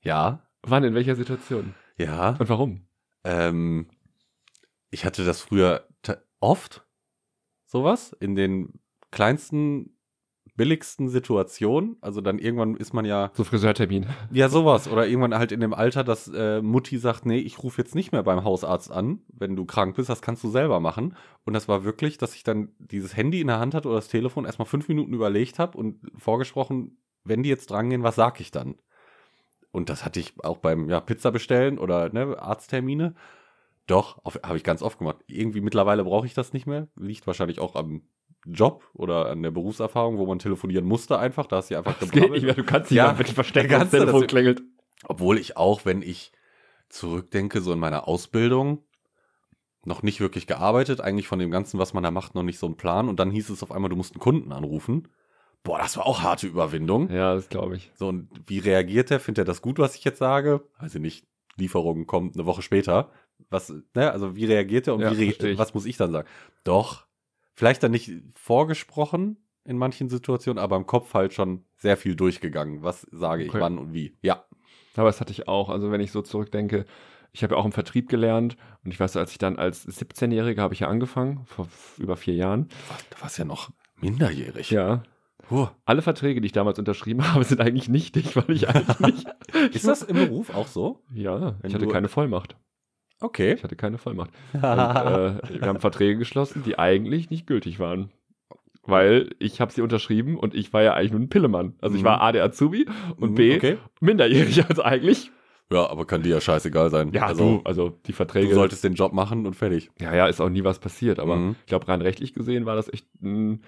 Ja.
Wann, in welcher Situation?
Ja.
Und warum?
Ähm, ich hatte das früher ta- oft, sowas, in den kleinsten, billigsten Situationen. Also dann irgendwann ist man ja,
So Friseurtermin.
ja sowas. Oder irgendwann halt in dem Alter, dass äh, Mutti sagt, nee, ich rufe jetzt nicht mehr beim Hausarzt an, wenn du krank bist, das kannst du selber machen. Und das war wirklich, dass ich dann dieses Handy in der Hand hatte oder das Telefon erstmal fünf Minuten überlegt habe und vorgesprochen, wenn die jetzt drangehen, was sag ich dann? Und das hatte ich auch beim ja, Pizza bestellen oder ne, Arzttermine. Doch, habe ich ganz oft gemacht. Irgendwie mittlerweile brauche ich das nicht mehr. Liegt wahrscheinlich auch am Job oder an der Berufserfahrung, wo man telefonieren musste einfach. Da hast du einfach
Das geht
gebrabbelt.
nicht mehr. Du kannst dich
Ja,
ja, bitte verstecken,
der
wenn das
ganze-
Telefon
das-
klingelt.
Obwohl ich auch, wenn ich zurückdenke, so in meiner Ausbildung, noch nicht wirklich gearbeitet, eigentlich von dem Ganzen, was man da macht, noch nicht so einen Plan. Und dann hieß es auf einmal, du musst einen Kunden anrufen. Boah, das war auch harte Überwindung.
Ja, das glaube ich.
So, und wie reagiert er? Findet er das gut, was ich jetzt sage? Also nicht, Lieferung kommt eine Woche später. Was, ne, also wie reagiert er und
Ja,
wie
verstehe
re
ich.
was muss ich dann sagen? Doch, vielleicht dann nicht vorgesprochen in manchen Situationen, aber im Kopf halt schon sehr viel durchgegangen. Was sage
Okay.
ich wann und wie? Ja.
Aber das hatte ich auch. Also wenn ich so zurückdenke, ich habe ja auch im Vertrieb gelernt und ich weiß, als ich dann als 17-Jähriger habe ich ja angefangen, vor f- über vier Jahren.
Da warst du ja noch minderjährig.
Ja.
Huh.
Alle Verträge, die ich damals unterschrieben habe, sind eigentlich nichtig, weil ich eigentlich nicht. ich
Ist das im Beruf auch so?
Ja,
Wenn
ich hatte
du-
keine Vollmacht.
Okay.
Ich hatte keine Vollmacht. Und, äh, wir haben Verträge geschlossen, die eigentlich nicht gültig waren. Weil ich habe sie unterschrieben und ich war ja eigentlich nur ein Pillemann. Also ich
Mhm.
war A, der Azubi und B,
Okay.
minderjährig. Also eigentlich,
Ja, aber kann dir ja scheißegal sein.
ja, also,
also,
du, also die
du,
Verträge.
solltest den Job machen und fertig.
ja, ja, ist auch nie was passiert. Aber
Mhm.
ich glaube, rein rechtlich gesehen war das echt ein,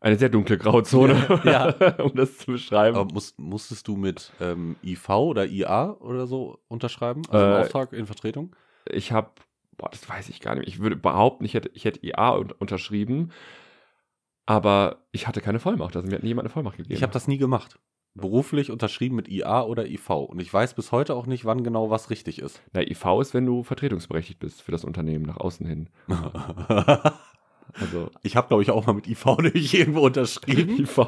eine sehr dunkle Grauzone,
Ja.
um das zu beschreiben.
Aber musst, musstest du mit ähm, IV oder IA oder so unterschreiben? Also
Äh,
im Auftrag, in Vertretung?
ich habe, boah, das weiß ich gar nicht mehr. Ich würde behaupten, ich hätte, ich hätte IA un unterschrieben, aber ich hatte keine Vollmacht. Also mir hat niemand eine Vollmacht gegeben.
Ich habe das nie gemacht. Beruflich unterschrieben mit IA oder IV. Und ich weiß bis heute auch nicht, wann genau was richtig ist.
Na, IV ist, wenn du vertretungsberechtigt bist für das Unternehmen nach außen hin. Also
ich habe, glaube ich, auch mal mit IV nämlich irgendwo unterschrieben.
IV.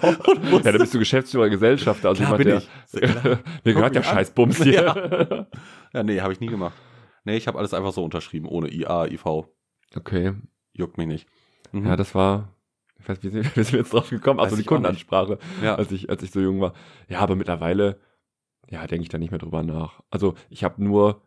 ja, dann bist du Geschäftsführer, Gesellschafter. Also
Klar bin
jemand,
ich.
der, mir
Guck
gehört der
mich an.
Scheißbums hier.
Ja, nee, habe ich nie gemacht. Nee, ich habe alles einfach so unterschrieben, ohne IA, IV.
Okay,
Juckt mich nicht. Mhm.
ja, das war. Ich weiß, wie sind, wie sind wir jetzt drauf gekommen? Also
Weiß
die
ich auch nicht.
Kundenansprache.
Ja.
als ich, als ich so jung war. Ja, aber mittlerweile, ja, denke ich da nicht mehr drüber nach. Also ich habe nur,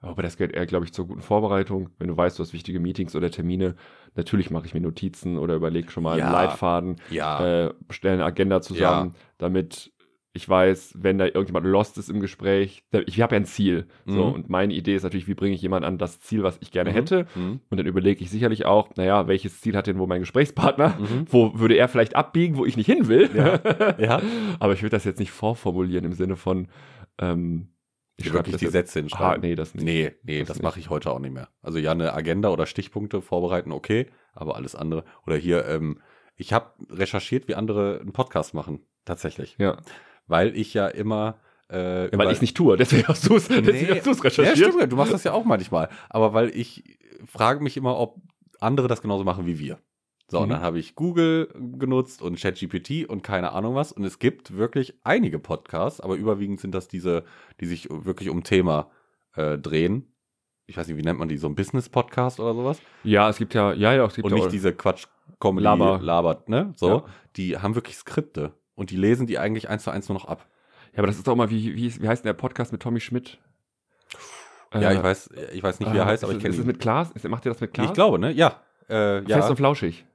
aber das gehört eher, glaube ich, zur guten Vorbereitung. Wenn du weißt, du hast wichtige Meetings oder Termine, natürlich mache ich mir Notizen oder überlege schon mal
Ja.
einen Leitfaden,
ja.
äh, stelle eine Agenda zusammen, damit ich weiß, wenn da irgendjemand lost ist im Gespräch. da- Ich habe ja ein Ziel. So,
Mhm.
und meine Idee ist natürlich, wie bringe ich jemanden an das Ziel, was ich gerne
Mhm.
hätte.
Mhm.
Und dann überlege ich sicherlich auch, naja, welches Ziel hat denn wohl mein Gesprächspartner?
Mhm.
wo würde er vielleicht abbiegen, wo ich nicht hin will.
Ja. Ja.
Aber ich würde das jetzt nicht vorformulieren im Sinne von, ähm,
Ich
schreib
wirklich
das
die
jetzt-
Sätze
Ah,
hinschreiben.
nee, das nicht.
Nee, nee,
Das
das,
nicht.
mache ich heute auch nicht mehr. Also ja, eine Agenda oder Stichpunkte vorbereiten, okay, aber alles andere. Oder hier, ähm, ich habe recherchiert, wie andere einen Podcast machen, tatsächlich.
Ja,
Weil ich ja immer... Äh,
weil
über-
ich es nicht tue, deswegen hast du es
Nee. Ja,
recherchiert.
stimmt, du machst das ja auch manchmal. Aber weil ich frage mich immer, ob andere das genauso machen wie wir. So, und
Mhm.
dann habe ich Google genutzt und ChatGPT und keine Ahnung was. Und es gibt wirklich einige Podcasts, aber überwiegend sind das diese, die sich wirklich um Thema äh, drehen. Ich weiß nicht, wie nennt man die? So ein Business-Podcast oder sowas?
ja, es gibt ja, ja, ja, es gibt
Und
ja
nicht diese Quatsch-Comedy,
Laber.
labert, ne? So,
Ja.
die haben wirklich Skripte. Und die lesen die eigentlich eins zu eins nur noch ab.
ja, aber das ist doch mal, wie, wie, ist- wie heißt denn der Podcast mit Tommy Schmidt?
ja,
Äh,
ich weiß, ich weiß nicht, wie
ah,
er heißt, aber
ist,
ich kenne
Ist
ihn.
es mit Klaas? Ist, macht ihr das mit Klaas?
ich glaube, ne? Ja. Äh, ja.
Fest und flauschig.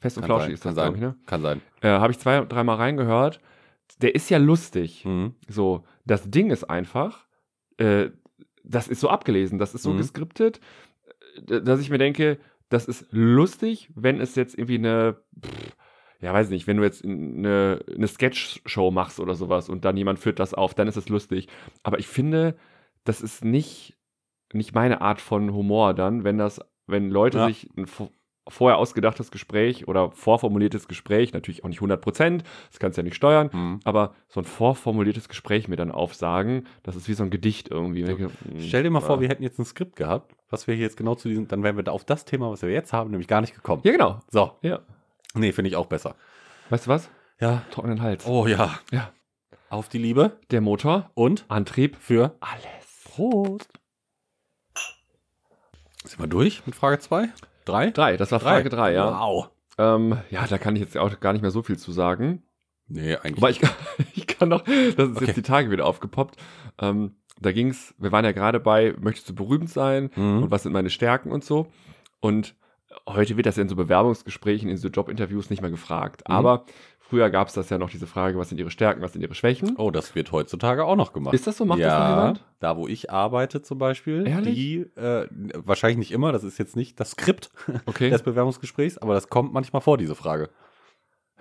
Fest und
Kann
flauschig
sein, kann
ist das, glaube ich, ne?
Kann sein.
Äh, Habe ich zwei, dreimal reingehört. Der ist ja lustig.
Mhm.
So, das Ding ist einfach, äh, das ist so abgelesen, das ist so
Mhm.
geskriptet, d- dass ich mir denke, das ist lustig, wenn es jetzt irgendwie eine, pff, ja weiß nicht, wenn du jetzt eine, eine Sketch-Show machst oder sowas und dann jemand führt das auf, dann ist es lustig. Aber ich finde, das ist nicht, nicht meine Art von Humor dann, wenn das, wenn Leute
Ja.
sich ein vo- vorher ausgedachtes Gespräch oder vorformuliertes Gespräch, natürlich auch nicht 100 Prozent, das kannst du ja nicht steuern,
Mhm.
aber so ein vorformuliertes Gespräch mir dann aufsagen, das ist wie so ein Gedicht irgendwie.
So,
Ich denke, hm,
Stell dir mal vor,
ah.
wir hätten jetzt ein Skript gehabt, was wir hier jetzt genau zu diesem, dann wären wir da auf das Thema, was wir jetzt haben, nämlich gar nicht gekommen.
Ja, genau.
So.
Ja.
Nee, finde ich auch besser.
Weißt du was?
Ja.
Trockenen Hals.
Oh ja.
Ja.
Auf die Liebe
Der Motor,
und
Antrieb,
für
alles.
Prost. Sind wir durch mit Frage 2? 3?
Drei, das war Frage drei, ja.
Wow.
Ähm, ja, da kann ich jetzt auch gar nicht mehr so viel zu sagen.
Nee, eigentlich.
Wobei ich, ich kann noch, das ist
Okay.
jetzt die Tage wieder aufgepoppt. Ähm, da ging's, wir waren ja gerade bei, möchtest du berühmt sein
Mhm.
und was sind meine Stärken und so. Und heute wird das ja in so Bewerbungsgesprächen, in so Jobinterviews nicht mehr gefragt.
Mhm.
Aber früher gab's das ja noch diese Frage, was sind ihre Stärken, was sind ihre Schwächen.
Oh, das wird heutzutage auch noch gemacht.
Ist das so? Macht
ja,
das noch jemand?
Da, wo ich arbeite zum Beispiel,
Ehrlich?
die, äh, wahrscheinlich nicht immer, das ist jetzt nicht das Skript
Okay.
des Bewerbungsgesprächs, aber das kommt manchmal vor, diese Frage.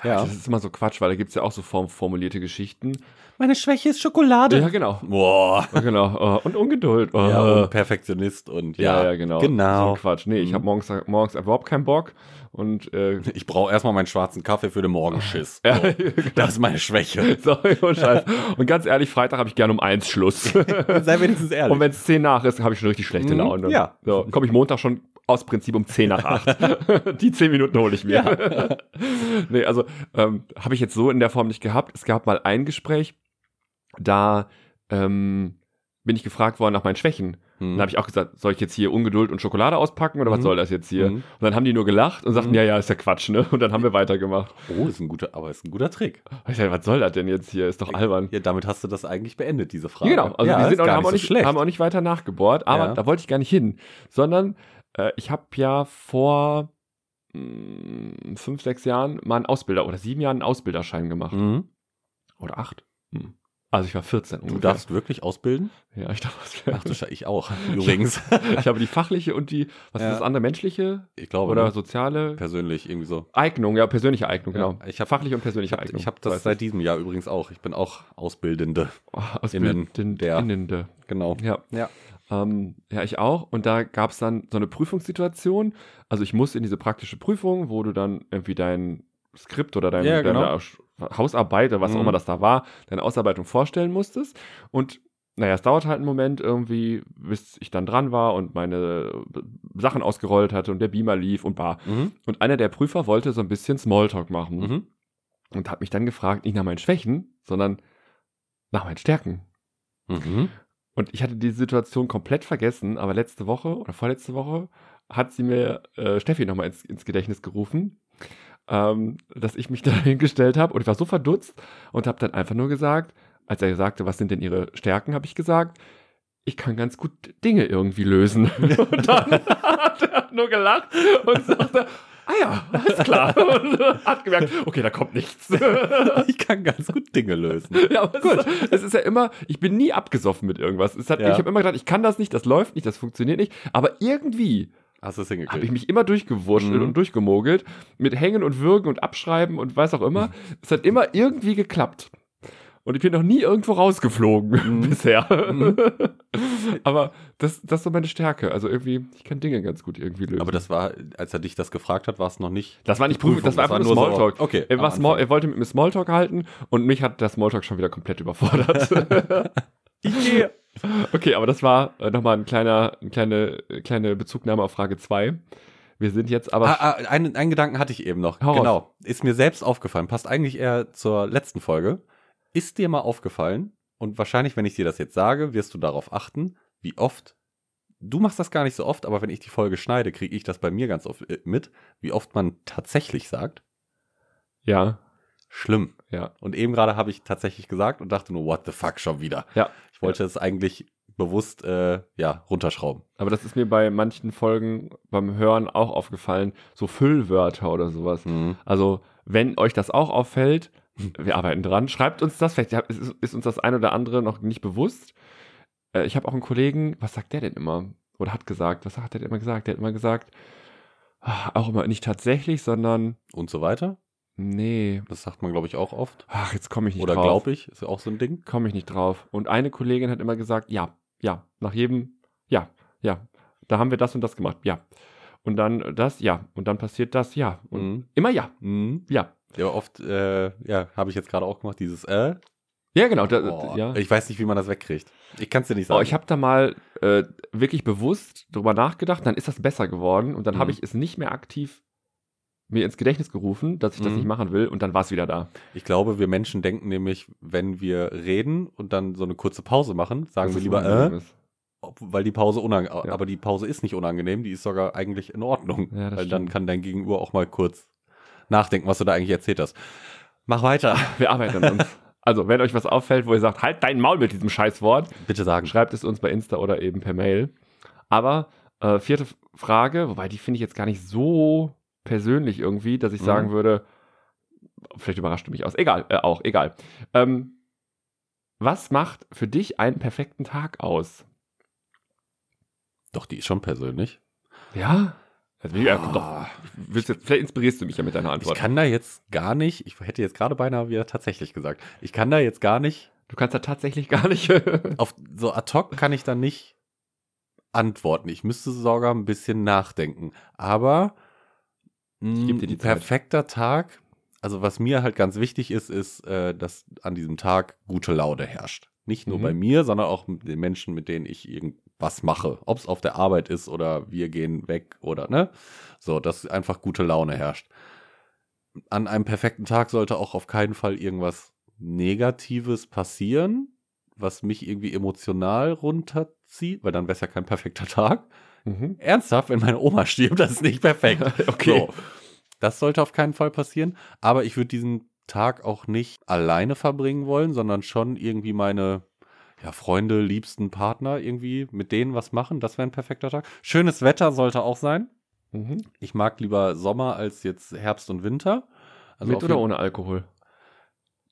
Ja.
Das ist immer so Quatsch, weil da gibt's ja auch so form formulierte Geschichten.
Meine Schwäche ist Schokolade.
Ja, genau.
Boah.
Ja, genau. Oh, Und Ungeduld. Oh.
Ja, und Perfektionist und ja.
Ja, ja, genau.
Genau.
So ein Quatsch. Nee, ich
Mhm.
habe morgens, morgens überhaupt keinen Bock. Und äh,
Ich brauche erstmal meinen schwarzen Kaffee für den Morgenschiss.
Ja.
So. Das ist meine Schwäche.
sorry, oh Scheiß. Und ganz ehrlich, Freitag habe ich gern um eins Schluss. und
Sei wenigstens ehrlich.
wenn es zehn nach ist, habe ich schon richtig schlechte
Mhm,
Laune.
ja.
So, komme ich Montag schon aus Prinzip um zehn nach acht. Die zehn Minuten hole ich mir. nee, also ähm, habe ich jetzt so in der Form nicht gehabt. Es gab mal ein Gespräch, da ähm, bin ich gefragt worden nach meinen Schwächen.
Hm.
Dann habe ich auch gesagt, soll ich jetzt hier Ungeduld und Schokolade auspacken oder was
Mhm.
soll das jetzt hier?
Mhm.
Und dann haben die nur gelacht und sagten,
Mhm.
ja, ja, ist ja Quatsch, ne? Und dann haben wir weitergemacht.
Oh, ist ein guter, aber ist ein guter Trick.
Und Ich dachte, was soll das denn jetzt hier? Ist doch albern.
Ja, damit hast du das eigentlich beendet, diese
Ja,
Frage.
genau. Also
ja,
die
ist
sind auch,
gar
haben, auch
so
nicht,
schlecht.
haben auch nicht weiter nachgebohrt, aber
Ja.
da wollte ich gar nicht hin. Sondern äh, ich habe ja vor mh, fünf, sechs Jahren mal einen Ausbilder oder sieben Jahren einen Ausbilderschein gemacht.
Mhm.
Oder acht. Hm. Also ich war 14
Du
ungefähr.
darfst wirklich ausbilden?
Ja, ich darf
Ach du Scheiße, ich auch. Übrigens.
Ich habe die fachliche und die, was
Ja.
ist das andere, menschliche
Ich glaube,
oder
ne?
soziale
persönlich irgendwie so.
Eignung, ja, persönliche Eignung,
Ja,
genau.
ich hab-
fachliche und persönliche
Ich habe
Eignung.
ich hab
So
das
heißt es.
seit diesem Jahr übrigens auch. Ich bin auch Ausbildende.
aus
Innen- der-
der. Innende.
Genau.
Ja.
Ja.
Ähm, ja, ich auch. Und da gab es dann so eine Prüfungssituation. Also ich muss in diese praktische Prüfung, wo du dann irgendwie dein Skript oder dein,
Ja, genau.
deine Sch- Hausarbeit oder was auch
Mhm.
immer das da war, deine Ausarbeitung vorstellen musstest. Und naja, es dauert halt einen Moment irgendwie, bis ich dann dran war und meine Sachen ausgerollt hatte und der Beamer lief und bar.
Mhm.
Und einer der Prüfer wollte so ein bisschen Smalltalk machen
Mhm.
und hat mich dann gefragt, nicht nach meinen Schwächen, sondern nach meinen Stärken.
Mhm.
Und ich hatte die Situation komplett vergessen, aber letzte Woche oder vorletzte Woche hat sie mir äh, Steffi nochmal ins, ins Gedächtnis gerufen, ähm, dass ich mich da hingestellt habe und ich war so verdutzt und habe dann einfach nur gesagt, als er sagte, was sind denn ihre Stärken, habe ich gesagt, ich kann ganz gut Dinge irgendwie lösen. Und dann hat er nur gelacht und sagte, ah ja, alles klar. Und hat gemerkt, okay, da kommt nichts.
Ich kann ganz gut Dinge lösen.
Ja, aber es, ist, es ist ja immer, ich bin nie abgesoffen mit irgendwas. Es hat,
Ja.
Ich habe immer gedacht, ich kann das nicht, das läuft nicht, das funktioniert nicht. Aber irgendwie
Hast du es
habe
hingekriegt?
ich mich immer durchgewurschtelt
Mhm.
und durchgemogelt. Mit Hängen und Würgen und Abschreiben und was auch
Mhm.
immer. Es hat immer irgendwie geklappt. Und ich bin noch nie irgendwo rausgeflogen
Mhm.
bisher.
Mhm.
Aber das, das ist so meine Stärke. Also irgendwie, ich kann Dinge ganz gut irgendwie lösen.
Aber das war, als er dich das gefragt hat, war es noch nicht.
das war nicht Prüfung, das war einfach
so-
nur Smalltalk.
okay.
Er,
am
war Small,
Anfang.
er wollte mit mir Smalltalk halten und mich hat der Smalltalk schon wieder komplett überfordert.
Ich gehe.
Okay, aber das war äh, nochmal ein kleiner, ein kleine, äh, kleine Bezugnahme auf Frage 2. Wir sind jetzt aber.
Ah, ah, einen, einen Gedanken hatte ich eben noch.
Hau raus.
Genau. Ist mir selbst aufgefallen. Passt eigentlich eher zur letzten Folge. Ist dir mal aufgefallen, und wahrscheinlich, wenn ich dir das jetzt sage, wirst du darauf achten, wie oft, du machst das gar nicht so oft, aber wenn ich die Folge schneide, kriege ich das bei mir ganz oft äh, mit, wie oft man tatsächlich sagt.
ja,
Schlimm.
ja.
Und eben gerade habe ich tatsächlich gesagt und dachte nur, what the fuck, schon wieder.
Ja.
Ich wollte es eigentlich bewusst, äh, ja, runterschrauben.
Aber das ist mir bei manchen Folgen beim Hören auch aufgefallen, so Füllwörter oder sowas. Also, wenn euch das auch auffällt, wir arbeiten dran, schreibt uns das. Vielleicht ist, ist uns das ein oder andere noch nicht bewusst. Äh, ich habe auch einen Kollegen, was sagt der denn immer? Oder hat gesagt, was hat der denn immer gesagt? Der hat immer gesagt, ah, auch immer nicht tatsächlich, sondern
Und so weiter.
nee.
Das sagt man, glaube ich, auch oft.
Ach, jetzt komme ich nicht
Oder
drauf.
glaube ich, ist ja auch so ein Ding.
komme ich nicht drauf. Und eine Kollegin hat immer gesagt, ja, ja, nach jedem, ja, ja, da haben wir das und das gemacht, ja. Und dann das, ja. Und dann passiert das, ja. Und
Mhm.
immer ja,
Mhm.
ja.
Ja, oft, äh, ja, habe ich jetzt gerade auch gemacht, dieses äh.
Ja, genau. Da,
Boah,
ja.
Ich weiß nicht, wie man das wegkriegt. Ich kann es dir nicht sagen.
Oh, ich habe da mal äh, wirklich bewusst drüber nachgedacht, dann ist das besser geworden und dann
Mhm.
habe ich es nicht mehr aktiv mir ins Gedächtnis gerufen, dass ich das
Mhm.
nicht machen will und dann war es wieder da.
ich glaube, wir Menschen denken nämlich, wenn wir reden und dann so eine kurze Pause machen, sagen
Dass
wir
es
lieber
unangenehm
äh
ist.
ob- weil die Pause unangenehm,
Ja.
aber die Pause ist nicht unangenehm, die ist sogar eigentlich in Ordnung.
Ja, das
weil dann
stimmt.
kann dein Gegenüber auch mal kurz nachdenken, was du da eigentlich erzählt hast. Mach weiter.
Wir arbeiten an uns. Also, wenn euch was auffällt, wo ihr sagt, halt dein Maul mit diesem Scheißwort,
Bitte sagen.
schreibt es uns bei Insta oder eben per Mail. Aber äh, vierte Frage, wobei die finde ich jetzt gar nicht so persönlich irgendwie, dass ich
Mhm.
sagen würde, vielleicht überrascht du mich aus. Egal, äh, auch, egal. Ähm, was macht für dich einen perfekten Tag aus?
Doch, die ist schon persönlich.
Ja? Also, ja doch,
Ah,
willst du, vielleicht inspirierst du mich ja mit deiner
ich
Antwort.
kann da jetzt gar nicht, ich hätte jetzt gerade beinahe wieder tatsächlich gesagt, ich kann da jetzt gar nicht,
du kannst da tatsächlich gar nicht.
auf so ad hoc kann ich da nicht antworten. Ich müsste sogar ein bisschen nachdenken. Aber mh,
geb dir die
ein
Zeit.
perfekter Tag, also was mir halt ganz wichtig ist, ist, äh, dass an diesem Tag gute Laune herrscht. Nicht nur
Mhm.
bei mir, sondern auch mit den Menschen, mit denen ich irgendwas mache. Ob es auf der Arbeit ist oder wir gehen weg oder ne? So, dass einfach gute Laune herrscht. An einem perfekten Tag sollte auch auf keinen Fall irgendwas Negatives passieren, was mich irgendwie emotional runterzieht, weil dann wäre es ja kein perfekter Tag.
mhm.
Ernsthaft, wenn meine Oma stirbt, das ist nicht perfekt.
Okay.
So, das sollte auf keinen Fall passieren. Aber ich würde diesen Tag auch nicht alleine verbringen wollen, sondern schon irgendwie meine ja, Freunde, liebsten Partner irgendwie mit denen was machen. Das wäre ein perfekter Tag. Schönes Wetter sollte auch sein.
Mhm.
Ich mag lieber Sommer als jetzt Herbst und Winter. Also
mit
auf
oder
jeden-
ohne Alkohol?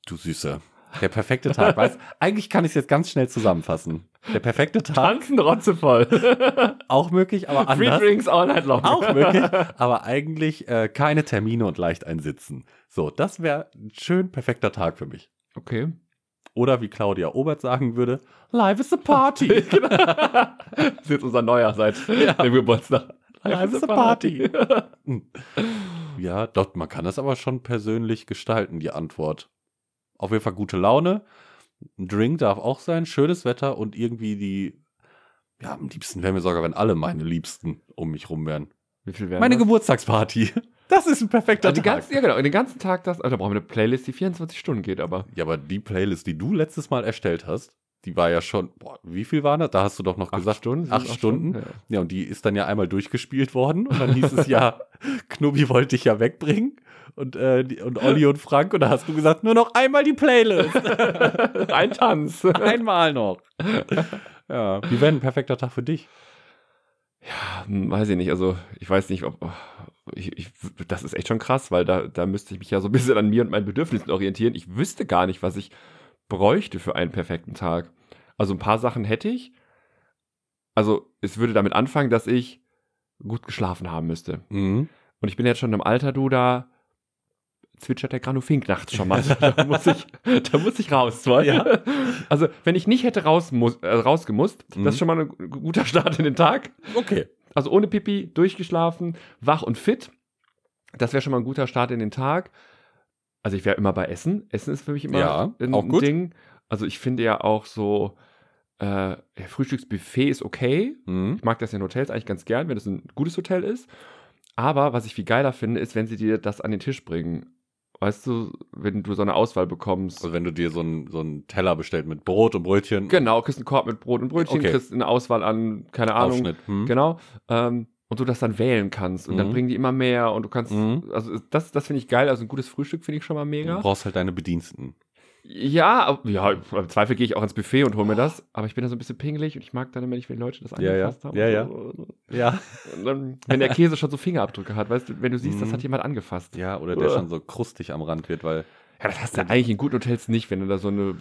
Du Süße. Der perfekte Tag. Weiß, eigentlich kann ich es jetzt ganz schnell zusammenfassen. Der perfekte Tag,
Tanzen rotzevoll.
auch möglich, aber
Free
anders.
Drinks all night long.
Auch möglich, aber eigentlich äh, keine Termine und leicht einsitzen. So, das wäre ein schön perfekter Tag für mich.
Okay.
Oder wie Claudia Obert sagen würde, Life is a party.
das ist jetzt unser neuer seit dem Geburtstag.
Life is a party. ja, doch, man kann das aber schon persönlich gestalten, die Antwort. Auf jeden Fall gute Laune. Ein Drink darf auch sein, schönes Wetter und irgendwie die, ja, am liebsten wären mir sogar, wenn alle meine Liebsten um mich rum wären.
Wie viel wären
Meine
das?
Geburtstagsparty. Das ist ein perfekter
Also die
Tag.
ganzen, ja genau, und den ganzen Tag das, also da brauchen wir eine Playlist, die 24 Stunden geht, aber
Ja, aber die Playlist, die du letztes Mal erstellt hast, die war ja schon, boah, wie viel waren das? Da hast du doch noch gesagt,
Stunden, sind
acht Stunden? ja, und die ist dann ja einmal durchgespielt worden und dann hieß es ja, Knobi wollte dich ja wegbringen und, äh, die, und Olli und Frank und da hast du gesagt, nur noch einmal die Playlist,
Ja. Ein Tanz.
einmal noch. Ja, wie wäre ein perfekter Tag für dich?
Hm, Weiß ich nicht, also ich weiß nicht, ob. oh, Ich, ich, das ist echt schon krass, weil da, da müsste ich mich ja so ein bisschen an mir und meinen Bedürfnissen orientieren. Ich wüsste gar nicht, was ich bräuchte für einen perfekten Tag. Also ein paar Sachen hätte ich. Also es würde damit anfangen, dass ich gut geschlafen haben müsste.
Mhm.
Und ich bin jetzt schon im Alter, du, da zwitschert der Granufink nachts schon mal. da, muss ich, da muss ich raus. Zwar.
Ja.
Also wenn ich nicht hätte raus muss, äh, rausgemusst,
Mhm.
das ist schon mal ein gu- guter Start in den Tag
Okay.
also ohne Pipi, durchgeschlafen, wach und fit. Das wäre schon mal ein guter Start in den Tag. Also ich wäre immer bei Essen. Essen ist für mich immer
Ja,
ein,
auch
ein
gut.
Ding. Also ich finde ja auch so, äh, ja, Frühstücksbuffet ist okay.
Mhm.
Ich mag das in Hotels eigentlich ganz gern, wenn es ein gutes Hotel ist. Aber was ich viel geiler finde, ist, wenn sie dir das an den Tisch bringen. Weißt du, wenn du so eine Auswahl bekommst.
Also wenn du dir so einen so einen Teller bestellst mit Brot und Brötchen,
genau, kriegst einen Korb mit Brot und Brötchen,
Okay.
kriegst eine Auswahl an, keine Ahnung,
Aufschnitt. Mhm.
Genau. Ähm, und du das dann wählen kannst. Und dann
Mhm.
bringen die immer mehr und du kannst.
Mhm.
Also das, das finde ich geil. Also ein gutes Frühstück finde ich schon mal
Du
mega.
brauchst halt deine Bediensten.
Ja, ab- ja, im Zweifel gehe ich auch ins Buffet und hole mir das. Aber ich bin da so ein bisschen pingelig und ich mag dann immer nicht, wenn Leute das
Ja, ja.
angefasst haben.
Ja, ja.
So.
Ja.
Und dann, wenn der Käse schon so Fingerabdrücke hat, weißt du, wenn du siehst, das
Mhm.
hat jemand angefasst. Ja,
Ja, oder der
Uah.
schon so krustig am Rand wird, weil
das hast du eigentlich in guten Hotels nicht. Wenn du da so eine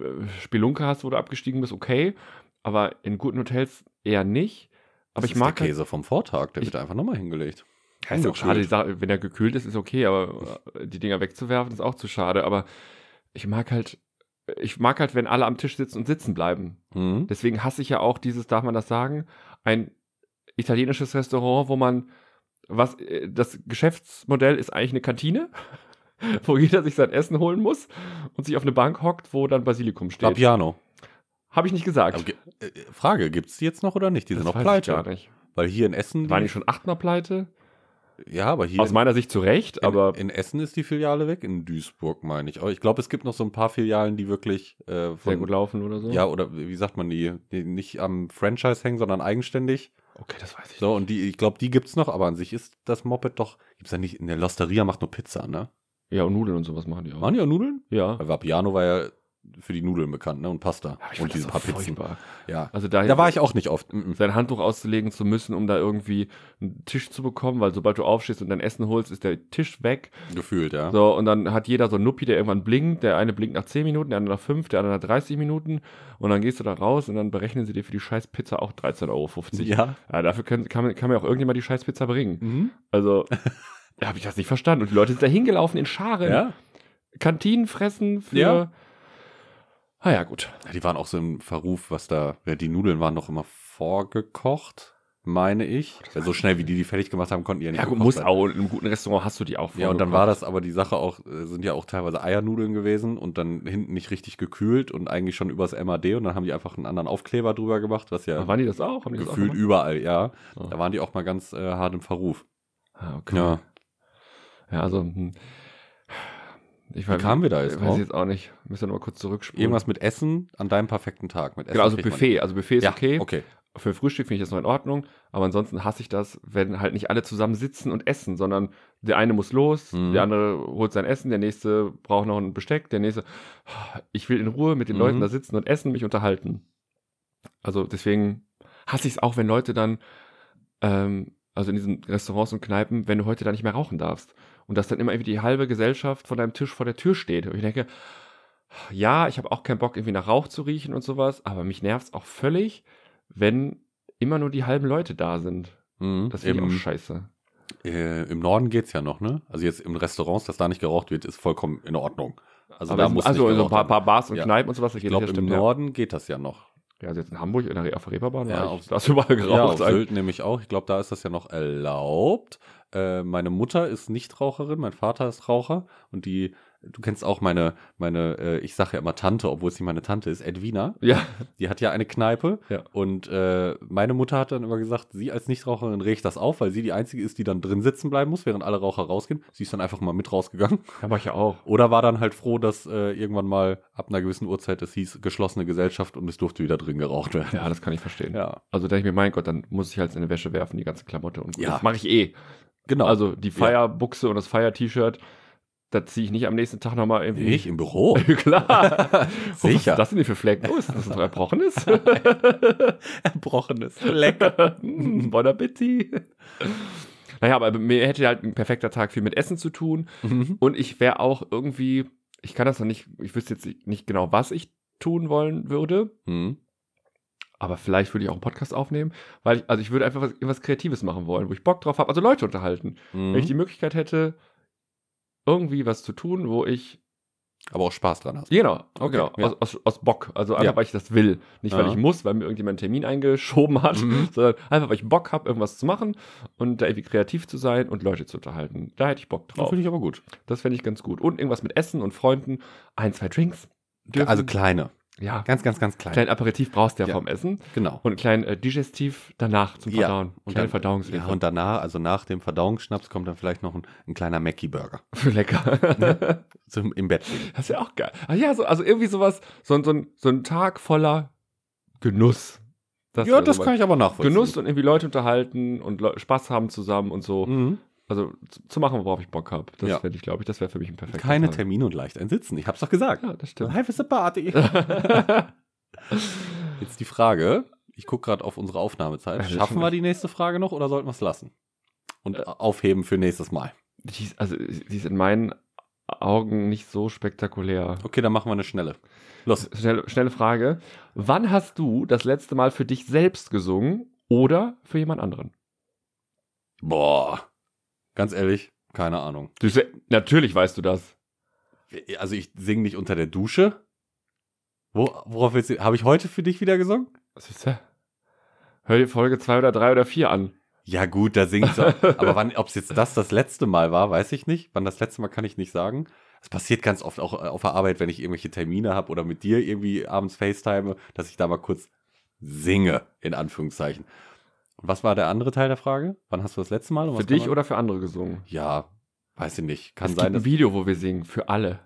äh, Spelunke hast, wo du abgestiegen bist, okay. Aber in guten Hotels eher nicht. Aber
Das
ich
ist
mag
der
halt-
Käse vom Vortag, der
Ich-
wird einfach nochmal hingelegt.
Ja, ist auch
Ungekühlt.
schade, die Sache, wenn er gekühlt ist, ist okay, aber äh, die Dinger wegzuwerfen ist auch zu schade. Aber ich mag halt, ich mag halt, wenn alle am Tisch sitzen und sitzen bleiben.
Mhm.
Deswegen hasse ich ja auch dieses, darf man das sagen, ein italienisches Restaurant, wo man was, äh, das Geschäftsmodell ist eigentlich eine Kantine, wo jeder sich sein Essen holen muss und sich auf eine Bank hockt, wo dann Basilikum steht.
Papiano.
Habe ich nicht gesagt.
Aber ge- äh, Frage, gibt's die jetzt noch oder nicht? Die sind noch
Das weiß ich
pleite.
gar nicht.
Weil hier in Essen,
Waren die schon achtmal pleite?
ja, aber hier
Aus meiner Sicht zu Recht,
in,
aber
in Essen ist die Filiale weg, in Duisburg meine ich. Aber ich glaube, es gibt noch so ein paar Filialen, die wirklich äh,
sehr
von,
gut laufen ne? oder so.
ja, oder wie sagt man, die, die nicht am Franchise hängen, sondern eigenständig.
okay, das weiß ich.
So, und die, ich glaube, die gibt's noch, aber an sich ist das Moped doch, gibt's ja nicht, in der Losteria macht nur Pizza, ne?
Ja, und Nudeln und sowas machen die auch.
Waren die auch Nudeln?
Ja.
Weil Vapiano war ja für die Nudeln bekannt, ne? Und Pasta.
Aber ich
und
fand das
diese
so
paar Pizzen.
furchtbar.
Ja.
Also da,
Da war ich auch nicht oft. Mm -mm.
sein Handtuch auszulegen zu müssen, um da irgendwie einen Tisch zu bekommen, weil sobald du aufstehst und dein Essen holst, ist der Tisch weg.
Gefühlt, ja.
So, und dann hat jeder so einen Nuppi, der irgendwann blinkt. Der eine blinkt nach 10 Minuten, der andere nach 5, der andere nach 30 Minuten. Und dann gehst du da raus und dann berechnen sie dir für die Scheißpizza auch 13,50 Euro.
Ja. Mhm.
Ja, dafür können, kann, man- kann mir auch irgendjemand die Scheißpizza bringen. Also, da habe ich das nicht verstanden. Und die Leute sind da hingelaufen in Scharen.
Ja.
Kantinen fressen für.
Ja.
Ah ja, gut.
Ja, Die waren auch so im Verruf, was da, ja, die Nudeln waren noch immer vorgekocht, meine
Oh,
ich. Ja, so schnell wie die die fertig gemacht haben, konnten die ja nicht
Ja, gut,
gekocht
muss
sein.
auch. In einem guten Restaurant hast du die auch
Ja, und dann
vorgekocht.
war das aber die Sache auch, äh, sind ja auch teilweise Eiernudeln gewesen und dann hinten nicht richtig gekühlt und eigentlich schon übers MAD und dann haben die einfach einen anderen Aufkleber drüber gemacht, was ja
Aber Waren die das auch? Haben die das auch
gefühlt
gemacht?
überall, ja.
Ah.
Da waren die auch mal ganz äh, hart im Verruf.
Ah, okay.
Ja.
Ja, also. hm. Ich
Wie kamen wir da jetzt
Weiß ich
drauf?
jetzt auch nicht. Müssen wir nochmal kurz zurückspulen.
Irgendwas mit Essen an deinem perfekten Tag. Mit Essen
Genau, also
kriegt man-
Buffet. Also Buffet ist
Ja,
okay.
okay. okay.
Für Frühstück finde ich das noch in Ordnung. Aber ansonsten hasse ich das, wenn halt nicht alle zusammen sitzen und essen, sondern der eine muss los,
Mhm.
der andere holt sein Essen, der nächste braucht noch ein Besteck, der nächste. Ich will in Ruhe mit den
Mhm.
Leuten da sitzen und essen, mich unterhalten. Also deswegen hasse ich es auch, wenn Leute dann, ähm, also in diesen Restaurants und Kneipen, wenn du heute da nicht mehr rauchen darfst. Und dass dann immer irgendwie die halbe Gesellschaft von deinem Tisch vor der Tür steht. Und ich denke, ja, ich habe auch keinen Bock, irgendwie nach Rauch zu riechen und sowas, aber mich nervt es auch völlig, wenn immer nur die halben Leute da sind.
Mhm.
Das finde ich auch
Im-
scheiße.
Äh, Im Norden geht's ja noch, ne? Also jetzt im Restaurants, dass da nicht geraucht wird, ist vollkommen in Ordnung. Also
Aber
da
es-
muss
also
nicht
so ein
geraucht
paar, paar
werden.
Bars und
Ja.
Kneipen und sowas.
Ich glaube, im
ja.
Norden geht das ja noch.
ja, also jetzt in Hamburg in der, auf der Reeperbahn
Ja,
war ich,
auf-
da hast du überall
ja, also auf
geraucht. eigentlich.
Sylt nämlich auch. Ich glaube, da ist das ja noch erlaubt. Äh, meine Mutter ist Nichtraucherin, mein Vater ist Raucher und die, du kennst auch meine, meine, äh, ich sage ja immer Tante, obwohl es nicht meine Tante ist, Edwina.
ja,
Die hat ja eine Kneipe
Ja.
und äh, meine Mutter hat dann immer gesagt, sie als Nichtraucherin regt das auf, weil sie die einzige ist, die dann drin sitzen bleiben muss, während alle Raucher rausgehen. Sie ist dann einfach mal mit rausgegangen.
da war ich ja auch.
Oder war dann halt froh, dass äh, irgendwann mal ab einer gewissen Uhrzeit es hieß, geschlossene Gesellschaft und es durfte wieder drin geraucht werden.
Ja, das kann ich verstehen.
Ja,
Also da denke ich mir, mein Gott, dann muss ich halt in die Wäsche werfen, die ganze Klamotte. Und gut,
Ja.
das mache ich eh.
genau.
Also die Feierbuchse und das Feier-T-Shirt, da ziehe ich nicht am nächsten Tag nochmal irgendwie.
ich im Büro.
Klar. Was
Sicher.
ist das denn hier für Flecken? Oh, ist das ein Erbrochenes?
Erbrochenes. Lecker.
Mm, bon Appetit. Naja, aber mir hätte halt ein perfekter Tag viel mit Essen zu tun.
Mhm.
Und ich wäre auch irgendwie, ich kann das noch nicht, ich wüsste jetzt nicht genau, was ich tun wollen würde.
Mhm.
Aber vielleicht würde ich auch einen Podcast aufnehmen, weil ich, also ich würde einfach was, was Kreatives machen wollen, wo ich Bock drauf habe. Also Leute unterhalten. Wenn ich die
Mhm.
Möglichkeit hätte, irgendwie was zu tun, wo ich.
Aber auch Spaß dran hast.
Genau,
Okay,
genau
ja.
aus, aus, aus Bock. Also einfach,
Ja.
weil ich das will. Nicht, weil
Ja.
ich muss, weil mir irgendjemand einen Termin eingeschoben hat,
Mhm.
sondern einfach, weil ich Bock habe, irgendwas zu machen und da irgendwie kreativ zu sein und Leute zu unterhalten. Da hätte ich Bock
Das
drauf.
finde ich aber gut.
Das fände ich ganz gut. Und irgendwas mit Essen und Freunden. Ein, zwei Drinks. dürfen.
Also kleine.
ja,
Ganz, ganz, ganz kleine.
kleinen Aperitif brauchst du ja,
Ja.
vom Essen.
Genau.
Und einen kleinen äh, Digestiv danach zum
Ja.
Verdauen.
Und
Kleine
dann-
Verdauungshilfe.
Ja, und danach, also nach dem Verdauungsschnaps, kommt dann vielleicht noch ein, ein kleiner Mackie-Burger.
Lecker.
Ne? Zum, Im Bett liegen.
Das ist ja auch geil. Ah ja, so, also irgendwie sowas, so, ein- so, ein- so ein Tag voller Genuss. Das
Ja,
wäre
das
so
kann ich aber nachvollziehen.
Genuss und irgendwie Leute unterhalten und Leu Spaß haben zusammen und so.
Mhm.
Also zu, zu machen, worauf ich Bock habe. Das
Ja.
fände ich, glaube ich, das wäre für mich ein perfekter
Keine
Tag.
Termine und leicht ein Sitzen. Ich hab's doch gesagt.
Ja, das stimmt.
Life is a party. Jetzt die Frage, ich gucke gerade auf unsere Aufnahmezeit.
Also
Schaffen
schon-
wir die nächste Frage noch oder sollten wir es lassen? Und aufheben für nächstes Mal.
die ist, also, die ist in meinen Augen nicht so spektakulär.
Okay, dann machen wir eine schnelle. Los.
Schnelle, schnelle Frage. Wann hast du das letzte Mal für dich selbst gesungen oder für jemand anderen?
Boah. Ganz ehrlich, keine Ahnung.
Du, se- natürlich weißt du das.
Also ich singe nicht unter der Dusche. Wo, worauf willst du? Habe ich heute für dich wieder gesungen?
Siehste? Hör dir Folge 2 oder 3 oder 4 an.
Ja gut, da singt so. Aber wann, ob es jetzt das das letzte Mal war, weiß ich nicht. Wann das letzte Mal kann ich nicht sagen. Es passiert ganz oft auch äh, auf der Arbeit, wenn ich irgendwelche Termine habe oder mit dir irgendwie abends FaceTime, dass ich da mal kurz singe, in Anführungszeichen. Was war der andere Teil der Frage? Wann hast du das letzte Mal? und Oh,
Für
was kann
dich
man-
oder für andere gesungen?
Ja, weiß ich nicht. Kann
es
sein,
gibt ein
dass.
Video, wo wir singen. Für alle.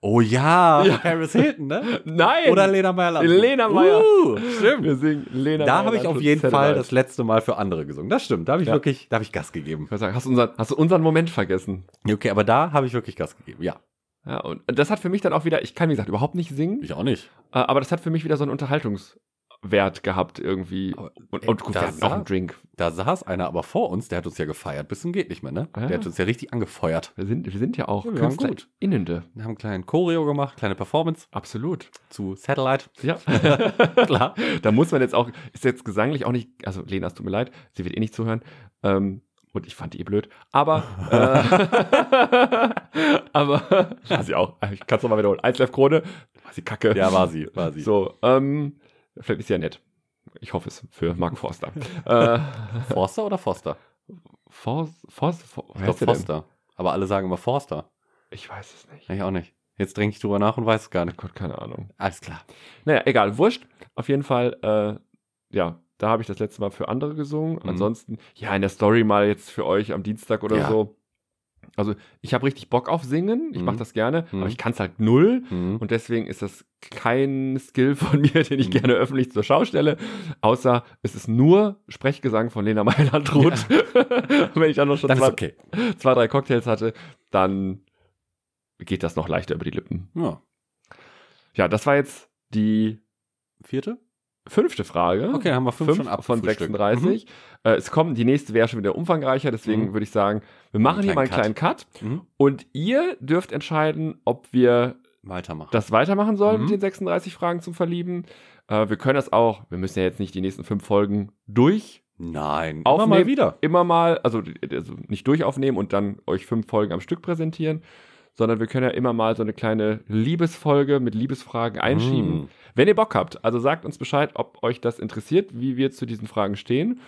Oh ja,
Ja.
Paris Hilton, ne?
Nein!
Oder Lena Meyer.
Lena Meyer.
Uh, stimmt.
wir singen Lena
Da
Meyer
habe ich auf
Landrut
jeden Fall
Satellite.
das letzte Mal für andere gesungen. Das stimmt. Da habe ich
Ja.
wirklich, da habe ich Gas gegeben.
Ich wollte sagen, hast du unseren, hast du unseren Moment vergessen?
Okay, aber da habe ich wirklich Gas gegeben. Ja,
Ja, und das hat für mich dann auch wieder, ich kann wie gesagt überhaupt nicht singen,
ich auch nicht.
äh, aber das hat für mich wieder so einen Unterhaltungswert gehabt irgendwie.
Aber,
Und, und gut,
da
wir hatten auch
sa-
einen Drink.
Da saß einer aber vor uns, der hat uns ja gefeiert bis zum geht nicht mehr, ne?
Ah.
Der hat uns ja richtig angefeuert.
Wir sind, wir sind ja auch
Ja, wir waren gut.
KünstlerInnende.
Wir haben einen kleinen Choreo gemacht, kleine Performance
Absolut.
zu Satellite.
Ja.
Klar.
da muss man jetzt auch, ist jetzt gesanglich auch nicht, also Lena, es tut mir leid, sie wird eh nicht zuhören. Ähm, und ich fand die eh blöd. Aber, äh, aber, war sie auch, ich kann es nochmal wiederholen. 1 Live Krone, war sie kacke.
Ja, war sie, war sie.
So, ähm, vielleicht ist sie ja nett. Ich hoffe es für Mark Forster. äh,
Forster oder Foster?
Forst, Forst, Forst,
Ich glaube Foster. Aber alle sagen immer Forster.
ich weiß es nicht.
Ich auch nicht. Jetzt denke ich drüber nach und weiß es gar nicht.
Gott, keine Ahnung.
Alles klar.
Naja, egal, wurscht. Auf jeden Fall, äh, ja, da habe ich das letzte Mal für andere gesungen.
Mhm.
Ansonsten, ja, in der Story mal jetzt für euch am Dienstag oder
Ja.
so. Also, ich habe richtig Bock auf Singen. Ich
Mhm.
mache das gerne,
Mhm.
aber ich kann es halt null.
Mhm.
Und deswegen ist das kein Skill von mir, den ich
Mhm.
gerne öffentlich zur Schau stelle. Außer es ist nur Sprechgesang von Lena Meilandroth. Wenn ich dann noch schon
Dann ist
zwei,
okay.
zwei, drei Cocktails hatte, dann geht das noch leichter über die Lippen.
Ja.
Ja, das war jetzt die
Vierte?
fünfte Frage.
Okay, dann haben wir fünf,
Fünf
schon ab
von 36. Äh, es kommen, die nächste wäre schon wieder umfangreicher, deswegen
Mhm.
würde ich sagen, wir machen hier mal einen
kleinen
kleinen Cut
Mhm. Mhm.
und ihr dürft entscheiden, ob wir
Weitermachen.
das weitermachen soll
Mhm.
mit den 36 Fragen zum Verlieben. Äh, wir können das auch, wir müssen ja jetzt nicht die nächsten fünf Folgen durch,
Nein. Immer
Aufnehmen.
mal wieder.
immer mal, also, also nicht durch aufnehmen und dann euch fünf Folgen am Stück präsentieren, sondern wir können ja immer mal so eine kleine Liebesfolge mit Liebesfragen einschieben.
Mhm.
Wenn ihr Bock habt, also sagt uns Bescheid, ob euch das interessiert, wie wir zu diesen Fragen stehen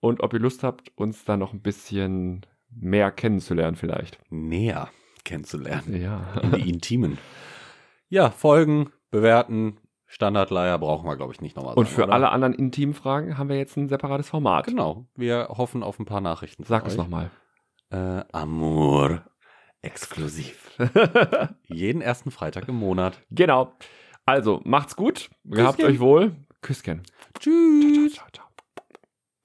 und ob ihr Lust habt, uns da noch ein bisschen mehr kennenzulernen vielleicht.
Mhm. Näher kennenzulernen.
Ja.
In die Intimen. Ja, folgen, bewerten. Standardleier brauchen wir, glaube ich, nicht nochmal.
Und
sagen,
für
oder?
alle anderen intimen Fragen haben wir jetzt ein separates Format.
Genau. Wir hoffen auf ein paar Nachrichten. von
Sag es
euch.
nochmal.
Äh, Amor. Exklusiv. Jeden ersten Freitag im Monat.
genau. Also, macht's gut. Gehabt
Küsschen.
euch wohl. Küsschen.
Tschüss.
Ciao, ciao.